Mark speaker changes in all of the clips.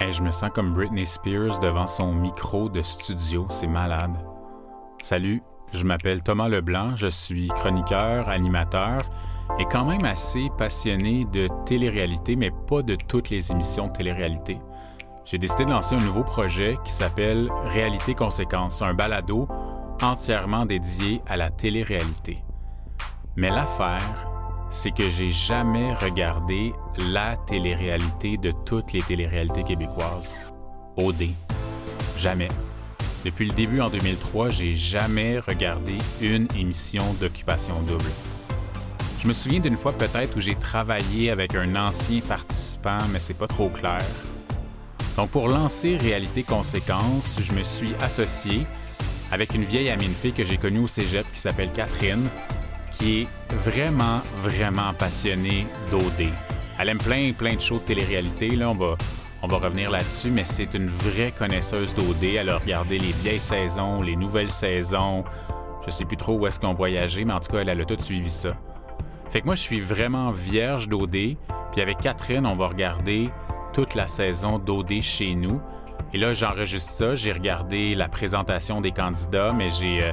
Speaker 1: Hey, je me sens comme Britney Spears devant son micro de studio, c'est malade. Salut, je m'appelle Thomas Leblanc, je suis chroniqueur, animateur et quand même assez passionné de télé-réalité, mais pas de toutes les émissions de télé-réalité. J'ai décidé de lancer un nouveau projet qui s'appelle Réalité Conséquence, un balado entièrement dédié à la télé-réalité. Mais l'affaire, c'est que j'ai jamais regardé la télé-réalité de toutes les téléréalités québécoises. OD. Jamais. Depuis le début en 2003, j'ai jamais regardé une émission d'occupation double. Je me souviens d'une fois peut-être où j'ai travaillé avec un ancien participant, mais c'est pas trop clair. Donc pour lancer Réalité Conséquence, je me suis associé avec une vieille amie de fille que j'ai connue au cégep qui s'appelle Catherine, qui est vraiment, vraiment passionnée d'OD. Elle aime plein, plein de shows de télé-réalité. Là, on va, on va revenir là-dessus, mais c'est une vraie connaisseuse d'OD. Elle a regardé les vieilles saisons, les nouvelles saisons. Je sais plus trop où est-ce qu'on voyageait, mais en tout cas, elle, elle a tout suivi ça. Fait que moi, je suis vraiment vierge d'OD. Puis avec Catherine, on va regarder toute la saison d'OD chez nous. Et là, j'enregistre ça. J'ai regardé la présentation des candidats, mais j'ai... euh,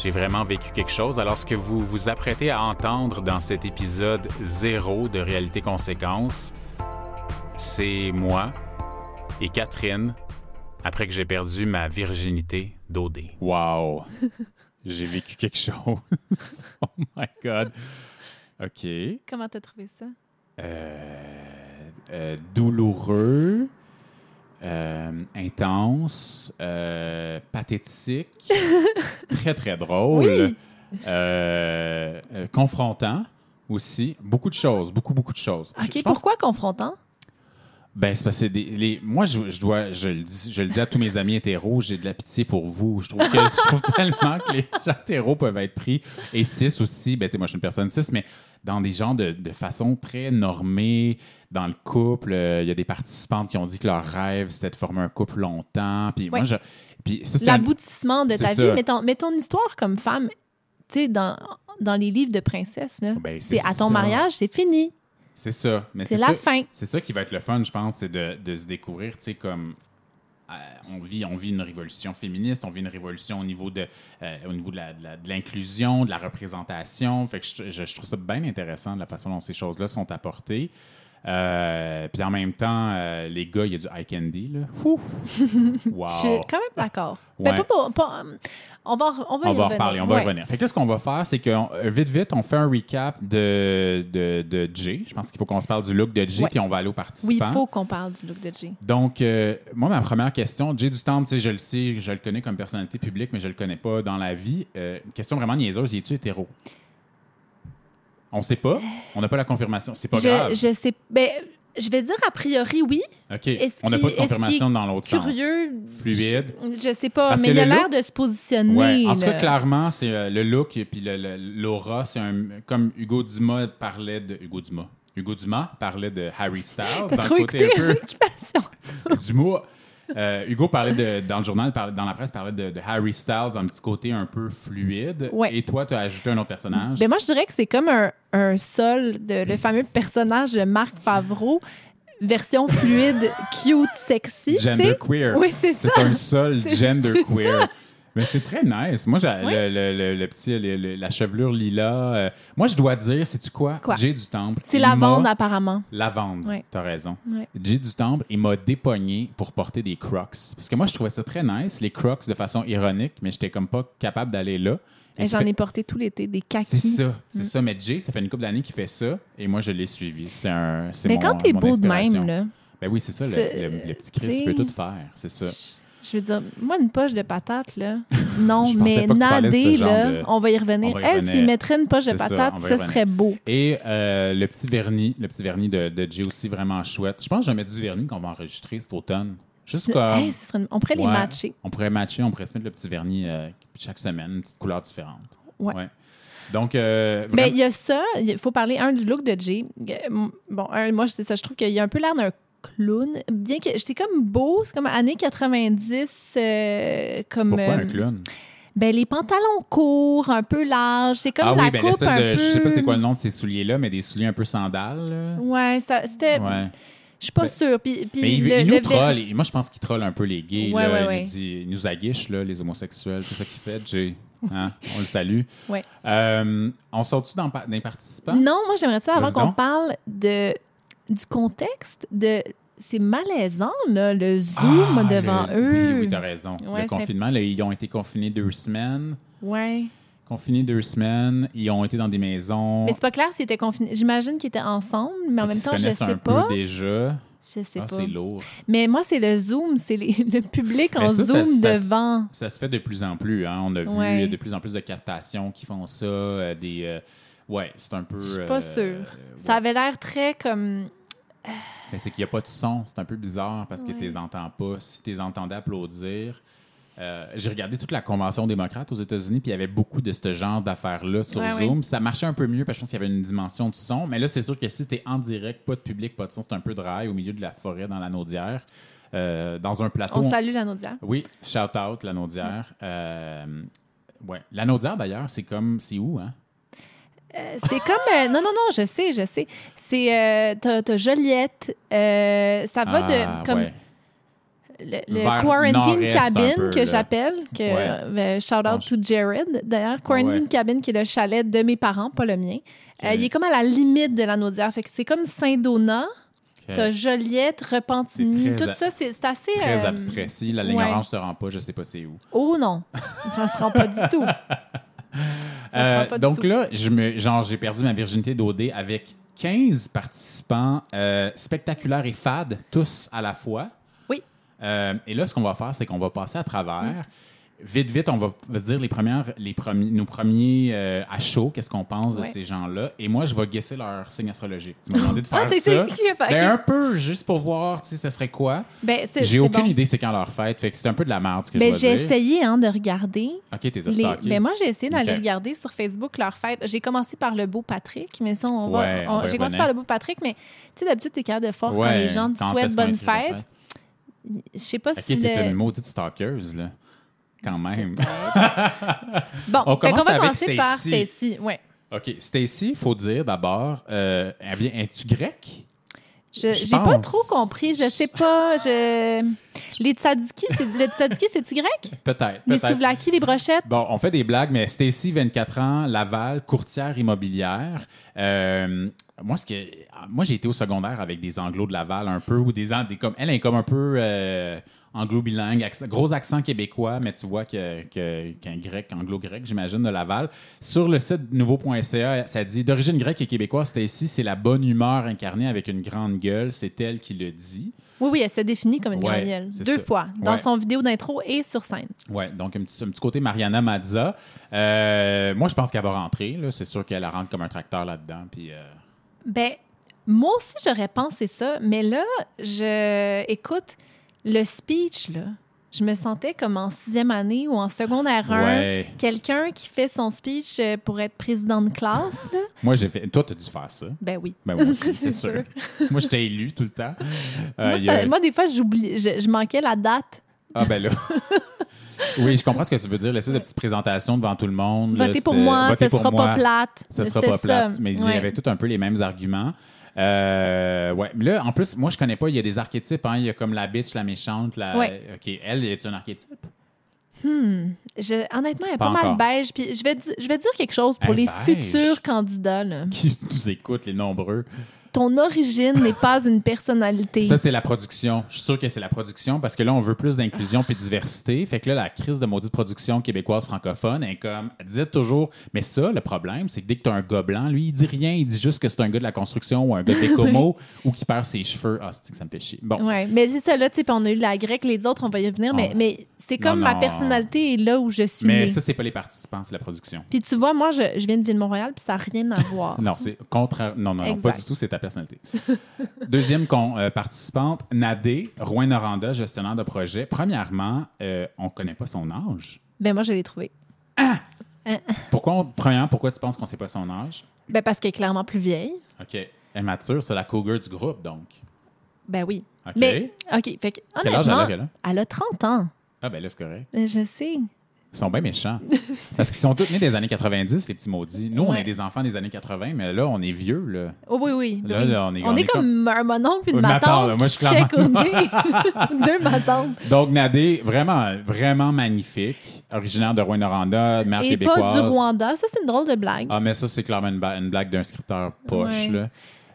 Speaker 1: j'ai vraiment vécu quelque chose. Alors, ce que vous vous apprêtez à entendre dans cet épisode zéro de Réalité Conséquence, c'est moi et Catherine après que j'ai perdu ma virginité d'OD.
Speaker 2: Wow! J'ai vécu quelque chose. oh my God! OK.
Speaker 3: Comment t'as trouvé ça?
Speaker 2: Euh, euh, douloureux, euh, intense, euh, pathétique, très, très drôle,
Speaker 3: Oui.
Speaker 2: euh, euh, confrontant aussi. Beaucoup de choses, beaucoup, beaucoup de choses.
Speaker 3: Ah, OK,
Speaker 2: Je- je pense
Speaker 3: pourquoi confrontant?
Speaker 2: Ben, c'est parce que des, les, moi, je, je dois, je le, dis, je le dis à tous mes amis hétéros, j'ai de la pitié pour vous. Je trouve, que, je trouve tellement que les gens hétéros peuvent être pris, et cis aussi. Ben, tu sais, moi, je suis une personne cis, mais dans des gens de, de façon très normée, dans le couple, euh, il y a des participantes qui ont dit que leur rêve, c'était de former un couple longtemps. Puis moi,
Speaker 3: Oui.
Speaker 2: je. Puis ça, c'est un-
Speaker 3: L'aboutissement de
Speaker 2: c'est
Speaker 3: ta
Speaker 2: ça.
Speaker 3: vie, mais ton, mais ton histoire comme femme, tu sais, dans, dans les livres de princesse, là,
Speaker 2: Ben,
Speaker 3: c'est à ton
Speaker 2: ça.
Speaker 3: mariage, c'est fini.
Speaker 2: C'est ça. Mais
Speaker 3: C'est
Speaker 2: c'est
Speaker 3: la
Speaker 2: ça.
Speaker 3: fin.
Speaker 2: C'est ça qui va être le fun, je pense, c'est de, de se découvrir, tu sais, comme. euh, on, vit, on vit une révolution féministe, on vit une révolution au niveau de, euh, au niveau de, la- de la- de l'inclusion, de la représentation. Fait que je, je- je trouve ça bien intéressant de la façon dont ces choses-là sont apportées. Euh, Puis en même temps, euh, les gars, il y a du eye candy. Là. Ouh! Wow!
Speaker 3: Je suis quand même d'accord.
Speaker 2: Ah. Ouais.
Speaker 3: Ben, pas pour- pas- on va, on va
Speaker 2: On
Speaker 3: y
Speaker 2: va en
Speaker 3: revenir.
Speaker 2: reparler, on va
Speaker 3: Ouais.
Speaker 2: y revenir. Fait que là, ce qu'on va faire, c'est que on- euh, vite, vite, on fait un recap de, de, de Jay. Je pense qu'il faut qu'on se parle du look de Jay,
Speaker 3: Ouais.
Speaker 2: puis on va aller aux
Speaker 3: Oui,
Speaker 2: participants.
Speaker 3: il faut qu'on parle du look de Jay.
Speaker 2: Donc, euh, moi, ma première question, Jay du Temple, tu sais, je le sais, je le connais comme personnalité publique, mais je le connais pas dans la vie. Euh, une question vraiment niaiseuse, y es-tu hétéro? On sait pas. On n'a pas la confirmation. C'est pas grave.
Speaker 3: Je, je sais. Ben, je vais dire a priori oui.
Speaker 2: OK.
Speaker 3: est-ce
Speaker 2: On n'a
Speaker 3: qu'il-
Speaker 2: pas de
Speaker 3: est-ce
Speaker 2: confirmation
Speaker 3: qu'il
Speaker 2: dans l'autre sens.
Speaker 3: Curieux.
Speaker 2: Fluide.
Speaker 3: Je, je sais pas,
Speaker 2: Parce
Speaker 3: mais
Speaker 2: que
Speaker 3: il a
Speaker 2: le
Speaker 3: l'air
Speaker 2: look-
Speaker 3: de se positionner.
Speaker 2: Ouais. En tout cas,
Speaker 3: là.
Speaker 2: clairement, c'est euh, le look et puis le- le- l'aura. C'est un. Comme Hugo Dumas parlait de. Hugo Dumas. Hugo Dumas parlait de Harry Styles.
Speaker 3: T'as
Speaker 2: dans le
Speaker 3: trop
Speaker 2: côté
Speaker 3: écouté
Speaker 2: un peu-
Speaker 3: Occupation.
Speaker 2: d'humour. Euh, Hugo parlait de, dans le journal, parlait- dans la presse, parlait de, de Harry Styles, un petit côté un peu fluide.
Speaker 3: Ouais.
Speaker 2: Et toi, tu as ajouté un autre personnage.
Speaker 3: Ben moi, je dirais que c'est comme un, un sol, de, le fameux personnage de Marc Favreau, version fluide, cute, sexy. tu sais.
Speaker 2: gender queer.
Speaker 3: Oui, c'est ça.
Speaker 2: c'est un seul
Speaker 3: C'est-
Speaker 2: gender
Speaker 3: c'est
Speaker 2: queer. Mais c'est très nice. Moi, j'ai-
Speaker 3: Ouais.
Speaker 2: le, le- le- le petit, le- le- la chevelure lila. euh, moi, je dois dire, c'est-tu quoi?
Speaker 3: Quoi?
Speaker 2: J'ai du temple.
Speaker 3: C'est
Speaker 2: il m'a-
Speaker 3: lavande, apparemment.
Speaker 2: Lavande,
Speaker 3: Ouais.
Speaker 2: t'as raison.
Speaker 3: Ouais.
Speaker 2: J'ai du temple, il m'a dépogné pour porter des crocs. Parce que moi, je trouvais ça très nice, les crocs, de façon ironique, mais j'étais comme pas capable d'aller là. Et
Speaker 3: Et
Speaker 2: ça
Speaker 3: J'en
Speaker 2: fait-
Speaker 3: ai porté tout l'été des
Speaker 2: C'est
Speaker 3: kakis.
Speaker 2: ça, c'est ça. Mais Jay, ça fait une couple d'années qu'il fait ça, et moi, je l'ai suivi. C'est un, c'est
Speaker 3: Mais
Speaker 2: mon-
Speaker 3: quand t'es
Speaker 2: mon
Speaker 3: beau de
Speaker 2: inspiration.
Speaker 3: même, là,
Speaker 2: Ben oui, c'est ça.
Speaker 3: C'est-
Speaker 2: Le, le- le petit Chris
Speaker 3: t'sais-
Speaker 2: peut tout faire, c'est ça.
Speaker 3: je veux dire, moi, une poche de patate, là, non,
Speaker 2: Je pensais
Speaker 3: mais
Speaker 2: pas que tu parlais de ce
Speaker 3: nadée,
Speaker 2: genre
Speaker 3: là,
Speaker 2: de-
Speaker 3: on va y revenir.
Speaker 2: on va y
Speaker 3: Elle,
Speaker 2: revenir.
Speaker 3: tu y mettrais une poche de
Speaker 2: C'est ça,
Speaker 3: patate,
Speaker 2: on va y
Speaker 3: ça,
Speaker 2: revenir.
Speaker 3: serait beau.
Speaker 2: Et euh, le petit vernis, le petit vernis de, de Jay aussi vraiment chouette. Je pense que je vais mettre du vernis qu'on va enregistrer cet automne. Juste comme.
Speaker 3: Hey, ce serait une- On pourrait les
Speaker 2: Ouais.
Speaker 3: matcher.
Speaker 2: On pourrait matcher, on pourrait se mettre le petit vernis euh, chaque semaine, une petite couleur différente.
Speaker 3: Ouais.
Speaker 2: Donc, euh,
Speaker 3: Ben,
Speaker 2: vraiment-
Speaker 3: il y a ça. Il faut parler, un, du look de Jay. Euh, m- Bon, un, moi, c'est ça. Je trouve qu'il y a un peu l'air d'un clown. Bien que j'étais comme beau, c'est comme années 90. euh, comme,
Speaker 2: pourquoi
Speaker 3: euh,
Speaker 2: un clown?
Speaker 3: Ben, les pantalons courts, un peu larges. C'est comme
Speaker 2: ah
Speaker 3: la
Speaker 2: oui, ben
Speaker 3: coupe
Speaker 2: l'espèce
Speaker 3: un
Speaker 2: de.
Speaker 3: peu...
Speaker 2: Je sais pas c'est quoi le nom de ces souliers-là, mais des souliers un peu sandales. là.
Speaker 3: Ouais, ça- c'était...
Speaker 2: Ouais. Ben,
Speaker 3: Je suis pas sûre. Puis, puis
Speaker 2: Mais il,
Speaker 3: le-
Speaker 2: il
Speaker 3: le
Speaker 2: nous
Speaker 3: ver-
Speaker 2: troll. Il- Moi, je pense qu'il troll un peu les gays.
Speaker 3: Ouais,
Speaker 2: là.
Speaker 3: ouais,
Speaker 2: il,
Speaker 3: ouais.
Speaker 2: Nous dit- il nous aguiche, là, les homosexuels. C'est ça qu'il fait, Jay. Hein? On le salue.
Speaker 3: Ouais.
Speaker 2: Euh, on sort-tu dans, pa- des participants?
Speaker 3: Non, moi j'aimerais ça avant
Speaker 2: Vas-y
Speaker 3: qu'on
Speaker 2: donc.
Speaker 3: parle de du contexte de c'est malaisant là, le zoom
Speaker 2: Ah,
Speaker 3: devant
Speaker 2: le-
Speaker 3: eux.
Speaker 2: Oui, oui, t'as raison.
Speaker 3: Ouais,
Speaker 2: le
Speaker 3: c'était-
Speaker 2: confinement, là, ils ont été confinés deux semaines.
Speaker 3: Ouais.
Speaker 2: Confinés deux semaines, ils ont été dans des maisons.
Speaker 3: Mais c'est pas clair s'ils étaient confinés. J'imagine qu'ils étaient ensemble, mais
Speaker 2: Fait
Speaker 3: en même
Speaker 2: qu'ils se
Speaker 3: temps je
Speaker 2: connaissent
Speaker 3: sais
Speaker 2: un
Speaker 3: pas.
Speaker 2: peu déjà.
Speaker 3: Je sais
Speaker 2: Ah,
Speaker 3: pas.
Speaker 2: c'est lourd.
Speaker 3: Mais moi c'est le zoom, c'est les- le public en
Speaker 2: Mais ça, ça-
Speaker 3: zoom
Speaker 2: ça se-
Speaker 3: devant.
Speaker 2: Ça se fait de plus en plus. hein. On a vu
Speaker 3: Ouais.
Speaker 2: de plus en plus de captations qui font ça. euh, des, euh, ouais, c'est un peu.
Speaker 3: Je suis pas
Speaker 2: euh,
Speaker 3: sûre.
Speaker 2: ouais.
Speaker 3: Ça avait l'air très comme
Speaker 2: Mais c'est qu'il n'y a pas de son. C'est un peu bizarre parce
Speaker 3: Ouais.
Speaker 2: que tu les entends pas. Si tu les entendais applaudir. euh, J'ai regardé toute la Convention démocrate aux États-Unis, puis il y avait beaucoup de ce genre d'affaires-là sur
Speaker 3: Ouais,
Speaker 2: Zoom. Ça marchait un peu mieux parce que je pense qu'il y avait une dimension de son. Mais là, c'est sûr que si tu es en direct, pas de public, pas de son, c'est un peu dry au milieu de la forêt, dans la Naudière, euh, dans un plateau.
Speaker 3: on
Speaker 2: on-
Speaker 3: salue la Naudière.
Speaker 2: oui, shout out, la Naudière. Euh, ouais. La Naudière, d'ailleurs, c'est comme. C'est où, hein?
Speaker 3: Euh, C'est comme. euh, non, non, non, je sais, je sais. C'est. Euh, t'as t'as Joliette. euh, ça va
Speaker 2: Ah,
Speaker 3: de. Comme
Speaker 2: ouais.
Speaker 3: le, le
Speaker 2: Vers
Speaker 3: Quarantine
Speaker 2: nord-est un
Speaker 3: Cabin
Speaker 2: peu,
Speaker 3: que
Speaker 2: là.
Speaker 3: j'appelle. Que,
Speaker 2: Ouais. Ah,
Speaker 3: euh, shout out to Jared, d'ailleurs. Quarantine
Speaker 2: Ouais.
Speaker 3: Cabin, qui est le chalet de mes parents, pas le mien. Euh,
Speaker 2: Ok.
Speaker 3: il est comme à la limite de la Naudière. Fait que c'est comme Saint-Donat.
Speaker 2: Ok.
Speaker 3: T'as Joliette, Repentigny.
Speaker 2: Euh, C'est très
Speaker 3: Tout
Speaker 2: a-
Speaker 3: ça, c'est c'est assez.
Speaker 2: Très
Speaker 3: euh,
Speaker 2: abstrait. Si la
Speaker 3: ouais.
Speaker 2: ligne orange se rend pas, je sais pas c'est où.
Speaker 3: Oh non. Ça se rend pas du tout. Ça se rend
Speaker 2: Euh,
Speaker 3: pas du
Speaker 2: donc
Speaker 3: tout.
Speaker 2: là, je me, genre, j'ai perdu ma virginité d'OD avec 15 participants euh, spectaculaires et fades, tous à la fois.
Speaker 3: Oui.
Speaker 2: Euh, et là, ce qu'on va faire, c'est qu'on va passer à travers.
Speaker 3: Mm.
Speaker 2: Vite, vite, on va va dire les premières, les premi- nos premiers euh, à chaud, qu'est-ce qu'on pense
Speaker 3: Ouais.
Speaker 2: de ces gens-là. Et moi, je vais guesser leur signe astrologique. Tu m'as demandé de faire
Speaker 3: Ah, t'es-
Speaker 2: ça.
Speaker 3: t'es- t'es- ok.
Speaker 2: Ben, un peu, juste pour voir, tu sais, ça serait quoi.
Speaker 3: Ben, c'est- c'est
Speaker 2: J'ai aucune
Speaker 3: bon.
Speaker 2: idée c'est quand leur fête, fait que c'est un peu de la merde ce que
Speaker 3: Ben,
Speaker 2: je
Speaker 3: j'ai
Speaker 2: vais dire.
Speaker 3: essayé hein, de regarder.
Speaker 2: Ok, t'es
Speaker 3: Les-
Speaker 2: stalké.
Speaker 3: ben moi, j'ai essayé d'aller
Speaker 2: Ok.
Speaker 3: regarder sur Facebook leur fête. J'ai commencé par le beau Patrick, mais ça, on va.
Speaker 2: Ouais,
Speaker 3: on-
Speaker 2: on va y
Speaker 3: j'ai commencé
Speaker 2: revenir.
Speaker 3: par le beau Patrick, mais tu sais, d'habitude, t'es capable de fort quand
Speaker 2: Ouais,
Speaker 3: les gens te
Speaker 2: quand
Speaker 3: souhaitent
Speaker 2: est-ce qu'on
Speaker 3: bonne
Speaker 2: écrit leur
Speaker 3: fête. Je sais pas
Speaker 2: Ok,
Speaker 3: si.
Speaker 2: t'es
Speaker 3: le-
Speaker 2: une maudite stalkeuse, là. Quand même.
Speaker 3: Bon,
Speaker 2: On
Speaker 3: fait qu'on
Speaker 2: commence
Speaker 3: ben, va
Speaker 2: avec
Speaker 3: commencer par
Speaker 2: Stacy.
Speaker 3: Stacy. Ouais.
Speaker 2: OK, Stacy, il faut dire d'abord, euh, elle vient- es-tu grecque?
Speaker 3: Je-
Speaker 2: Je
Speaker 3: J'ai pas
Speaker 2: pense.
Speaker 3: trop compris. Je sais pas. Je... Les tzaddiki, c'est le tzaddiki, c'est-tu grec?
Speaker 2: Peut-être,
Speaker 3: Les
Speaker 2: peut-être.
Speaker 3: souvlaki, les brochettes?
Speaker 2: Bon, on fait des blagues, mais Stacy, 24 ans, Laval, courtière immobilière. Euh, moi, ce que, moi, j'ai été au secondaire avec des anglos de Laval un peu, ou des, an- des comme, elle est comme un peu euh, anglo-bilingue, accent- gros accent québécois, mais tu vois que, que- qu'un grec, anglo-grec, j'imagine, de Laval. Sur le site nouveau.ca, ça dit D'origine grecque et québécoise, Stacy, c'est la bonne humeur incarnée avec une grande gueule, c'est elle qui le dit.
Speaker 3: Oui, oui, elle s'est définie comme une
Speaker 2: Ouais,
Speaker 3: grande gueule.
Speaker 2: c'est
Speaker 3: Deux
Speaker 2: ça.
Speaker 3: fois, dans
Speaker 2: Ouais.
Speaker 3: son vidéo d'intro et sur scène.
Speaker 2: Ouais, donc un petit, un petit côté Mariana Mazza. Euh, moi, je pense qu'elle va rentrer. là. C'est sûr qu'elle rentre comme un tracteur là-dedans. Puis, euh,
Speaker 3: Ben, moi aussi, j'aurais pensé ça, mais là, je. Écoute, le speech, là, je me sentais comme en sixième année ou en secondaire 1.
Speaker 2: ouais.
Speaker 3: Quelqu'un qui fait son speech euh, pour être président de classe, là.
Speaker 2: Moi, j'ai fait. Toi, t'as dû faire ça.
Speaker 3: Ben oui.
Speaker 2: Ben, moi aussi, c'est sûr. moi, j'étais élu tout le temps. Euh,
Speaker 3: Moi,
Speaker 2: il y
Speaker 3: ça-
Speaker 2: a-
Speaker 3: moi, des fois, j'oublie, je, je manquais la date.
Speaker 2: Ah, ben là. oui, je comprends ce que tu veux dire. L'espèce de petite présentation devant tout le monde. là,
Speaker 3: Votez pour
Speaker 2: c'était-
Speaker 3: moi,
Speaker 2: Votez
Speaker 3: ce
Speaker 2: pour
Speaker 3: sera
Speaker 2: moi.
Speaker 3: pas plate.
Speaker 2: ça sera
Speaker 3: C'était
Speaker 2: pas plate.
Speaker 3: ça.
Speaker 2: Mais il y
Speaker 3: Ouais.
Speaker 2: avait tout un peu les mêmes arguments. Euh, ouais. Mais là, en plus, moi, je connais pas. Il y a des archétypes. hein. Il y a comme la bitch, la méchante. La...
Speaker 3: Ouais.
Speaker 2: OK, elle, est un archétype.
Speaker 3: Je- honnêtement, elle est
Speaker 2: Pas
Speaker 3: pas, mal
Speaker 2: encore.
Speaker 3: beige. Puis je vais, di- je vais dire quelque chose pour
Speaker 2: Elle
Speaker 3: les
Speaker 2: beige.
Speaker 3: futurs candidats. là.
Speaker 2: qui nous écoutent, les nombreux.
Speaker 3: Ton origine n'est pas une personnalité.
Speaker 2: Ça, c'est la production. Je suis sûr que c'est la production parce que là, on veut plus d'inclusion puis de diversité. Fait que là, la crise de maudite production québécoise francophone est comme, elle disait toujours, mais ça, le problème, c'est que dès que t'as un gars blanc, lui, il dit rien. Il dit juste que c'est un gars de la construction ou un gars de Bécomo ou qui perd ses cheveux. Ah, c'est que ça me fait chier. Bon.
Speaker 3: Ouais, mais c'est ça, là, tu sais, puis on a eu la grecque, les autres, on va y revenir, mais,
Speaker 2: Ah.
Speaker 3: mais c'est comme
Speaker 2: Non,
Speaker 3: ma
Speaker 2: non.
Speaker 3: personnalité est là où je suis
Speaker 2: Mais
Speaker 3: née.
Speaker 2: ça, c'est pas les participants, c'est la production.
Speaker 3: Puis tu vois, moi, je, je viens de Ville-Montréal, puis ça n'a rien à voir.
Speaker 2: Non, c'est contraire. Non, non, non,
Speaker 3: Exact.
Speaker 2: pas du tout, c'est ta personnalité. Deuxième con- euh, participante, Nadé, Rouen-Noranda, gestionnaire de projet. Premièrement, euh, on connaît pas son âge.
Speaker 3: ben moi, je l'ai trouvé.
Speaker 2: Pourquoi, on- premièrement, pourquoi tu penses qu'on sait pas son âge?
Speaker 3: Ben parce qu'elle est clairement plus vieille.
Speaker 2: OK. Elle mature, c'est la cougar du groupe, donc.
Speaker 3: Ben oui.
Speaker 2: OK.
Speaker 3: Mais, OK, fait que,
Speaker 2: Quel âge elle
Speaker 3: honnêtement,
Speaker 2: a, elle a?
Speaker 3: elle a 30 ans.
Speaker 2: Ah, ben là, c'est correct.
Speaker 3: Euh, Je sais.
Speaker 2: Ils sont bien méchants. Parce qu'ils sont tous nés des années 90, les petits maudits. Nous, on
Speaker 3: Ouais.
Speaker 2: est des enfants des années 80, mais là, on est vieux. Là.
Speaker 3: Oh oui, oui.
Speaker 2: Là,
Speaker 3: oui.
Speaker 2: là,
Speaker 3: on est, comme, un mononcle et
Speaker 2: Oui,
Speaker 3: une
Speaker 2: ma tante,
Speaker 3: matante.
Speaker 2: là,
Speaker 3: qui
Speaker 2: moi, je suis
Speaker 3: check au nez. Deux matantes.
Speaker 2: Donc, Nadé, vraiment, vraiment magnifique. Originaire de Rouen-Noranda, mère
Speaker 3: Et
Speaker 2: québécoise.
Speaker 3: pas du Rwanda. Ça, c'est une drôle de blague.
Speaker 2: Ah, mais ça, c'est clairement une, ba- une blague d'un scripteur poche.
Speaker 3: Ouais.
Speaker 2: là.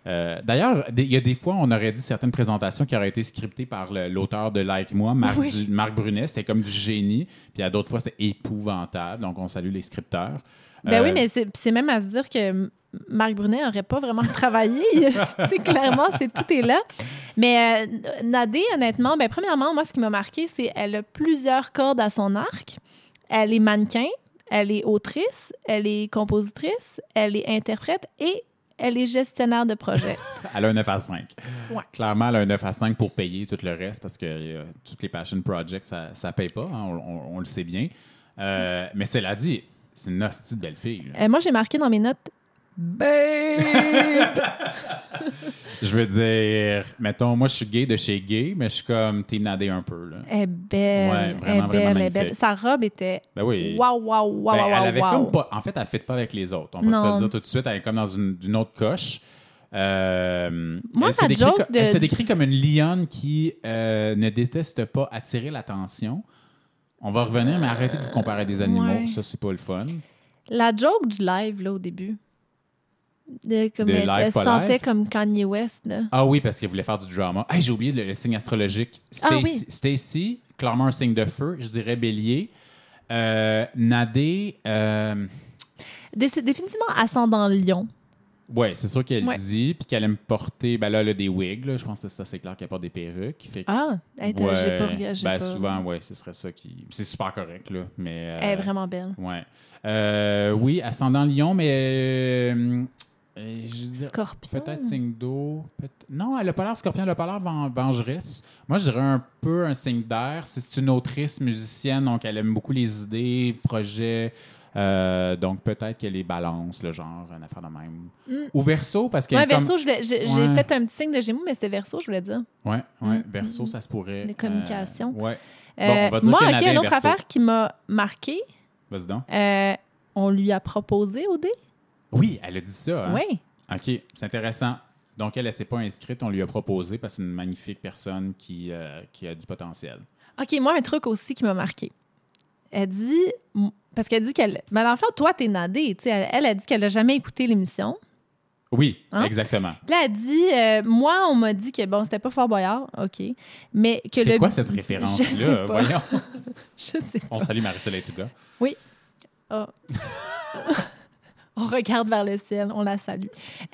Speaker 2: Euh, D'ailleurs, des- il y a des fois, on aurait dit certaines présentations qui auraient été scriptées par le- l'auteur de Like Moi, Marc,
Speaker 3: Oui.
Speaker 2: du- Marc Brunet. C'était comme du génie. Puis à d'autres fois, c'était épouvantable. Donc, on salue les scripteurs.
Speaker 3: Ben
Speaker 2: Euh,
Speaker 3: oui, mais c'est c'est même à se dire que M- Marc Brunet n'aurait pas vraiment travaillé. c'est clairement, c'est tout est là. Mais euh, Nadé, honnêtement, ben, premièrement, moi, ce qui m'a marqué, c'est qu'elle a plusieurs cordes à son arc. Elle est mannequin, elle est autrice, elle est compositrice, elle est interprète et elle est gestionnaire de projet.
Speaker 2: Elle a un 9 à 5.
Speaker 3: Ouais.
Speaker 2: Clairement, elle a un 9 à 5 pour payer tout le reste parce que euh, toutes les passion projects, ça ne paye pas. hein, on, on- on le sait bien. Euh, Mais cela dit, c'est une hostie de belle fille. là.
Speaker 3: Euh, moi, j'ai marqué dans mes notes Babe!
Speaker 2: Je veux dire, mettons, moi, je suis gay de chez gay, mais je suis comme, t'es nadé un peu. Là.
Speaker 3: Elle est belle.
Speaker 2: Ouais,
Speaker 3: elle est
Speaker 2: vraiment,
Speaker 3: belle,
Speaker 2: vraiment
Speaker 3: elle est belle.
Speaker 2: magnifique.
Speaker 3: Sa robe était.
Speaker 2: Ben oui.
Speaker 3: Waouh, waouh, waouh,
Speaker 2: Ben,
Speaker 3: waouh,
Speaker 2: elle avait
Speaker 3: waouh.
Speaker 2: comme pas. En fait, elle ne fit pas avec les autres. On va se
Speaker 3: Non.
Speaker 2: le dire tout de suite. Elle est comme dans une, d'une autre coche. Euh,
Speaker 3: Moi,
Speaker 2: elle s'est
Speaker 3: ma
Speaker 2: décrite
Speaker 3: joke
Speaker 2: co-
Speaker 3: de-
Speaker 2: elle s'est
Speaker 3: du-
Speaker 2: décrite comme une lionne qui euh, ne déteste pas attirer l'attention. On va revenir, mais arrêtez de vous comparer à des animaux.
Speaker 3: ouais.
Speaker 2: Ça, c'est pas le fun.
Speaker 3: La joke du live, là, au début. De, comme
Speaker 2: De
Speaker 3: elle,
Speaker 2: live,
Speaker 3: elle se
Speaker 2: pas
Speaker 3: sentait
Speaker 2: live?
Speaker 3: comme Kanye West, là.
Speaker 2: Ah oui, parce qu'elle voulait faire du drama. Hey, J'ai oublié le, le signe astrologique.
Speaker 3: Ah
Speaker 2: Stacy,
Speaker 3: oui.
Speaker 2: Stacy, clairement un signe de feu. Je dirais bélier. Euh, Nadé, euh,
Speaker 3: Dé- c'est définitivement ascendant lion.
Speaker 2: Ouais, c'est sûr qu'elle
Speaker 3: Ouais.
Speaker 2: dit, puis qu'elle aime porter, ben là, elle a des wigs, là, je pense que c'est assez clair qu'elle porte des perruques. Fait que-
Speaker 3: Ah, hey, t'as- j'ai pas
Speaker 2: Ouais,
Speaker 3: réagi.
Speaker 2: ben, souvent, ouais, ce serait ça qui. C'est super correct, là, mais. euh,
Speaker 3: Elle est vraiment belle.
Speaker 2: Ouais. Euh, oui, ascendant Lyon, mais. euh, euh, je veux dire,
Speaker 3: Scorpion.
Speaker 2: Peut-être signe d'eau. peut- Non, elle n'a pas l'air scorpion, elle n'a pas l'air ven- vengeresse. Moi, je dirais un peu un signe d'air. Si c'est une autrice, musicienne, donc elle aime beaucoup les idées, projets. euh, donc peut-être qu'elle est balance, le genre, une affaire de même. Ou verso, parce qu'elle
Speaker 3: Hmm. Ouais,
Speaker 2: est comme-
Speaker 3: verso, je voulais- j'ai j'ai
Speaker 2: Ouais.
Speaker 3: fait un petit signe de Gémeaux, mais c'était verso, je voulais dire.
Speaker 2: Ouais, ouais, verso, ça se pourrait.
Speaker 3: Les Hmm, communications.
Speaker 2: Euh, ouais. Bon,
Speaker 3: Euh,
Speaker 2: on va dire
Speaker 3: moi,
Speaker 2: qu'il y en
Speaker 3: ok,
Speaker 2: avait
Speaker 3: une
Speaker 2: un
Speaker 3: autre
Speaker 2: verso.
Speaker 3: affaire qui m'a marqué, euh,
Speaker 2: Vas-y donc.
Speaker 3: on lui a proposé au dé.
Speaker 2: Oui, elle a dit ça. hein?
Speaker 3: Oui.
Speaker 2: OK, c'est intéressant. Donc, elle, elle s'est pas inscrite, on lui a proposé parce que c'est une magnifique personne qui, euh, qui a du potentiel.
Speaker 3: OK, moi, un truc aussi qui m'a marqué. Elle dit. m- Parce qu'elle dit qu'elle. ben, Mais l'enfant, toi, t'es nadée. tu sais. Elle, elle a dit qu'elle a jamais écouté l'émission.
Speaker 2: Oui,
Speaker 3: Hein?
Speaker 2: exactement.
Speaker 3: Puis là, elle dit euh, Moi, on m'a dit que, bon, c'était pas Fort Boyard, OK. Mais que
Speaker 2: C'est
Speaker 3: le-
Speaker 2: quoi cette
Speaker 3: Je sais
Speaker 2: référence-là?
Speaker 3: pas.
Speaker 2: Voyons.
Speaker 3: Je sais.
Speaker 2: On salue Marisol Etuga.
Speaker 3: On regarde vers le ciel, on la salue.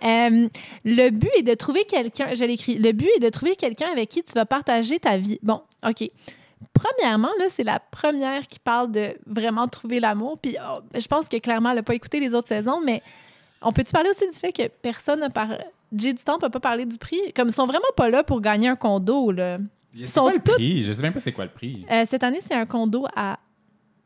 Speaker 3: Euh, le but est de trouver quelqu'un. Je l'écris. Le but est de trouver quelqu'un avec qui tu vas partager ta vie. Bon, OK. Premièrement, là, c'est la première qui parle de vraiment trouver l'amour. Puis oh, je pense que clairement, elle n'a pas écouté les autres saisons, mais on peut-tu parler aussi du fait que personne n'a par... J'ai du temps n'a pas parlé du prix. Comme ils sont vraiment pas là pour gagner un condo, là.
Speaker 2: C'est
Speaker 3: Sont
Speaker 2: quoi le
Speaker 3: toutes-
Speaker 2: prix? Je sais même pas c'est quoi le prix.
Speaker 3: Euh, cette année, c'est un condo à,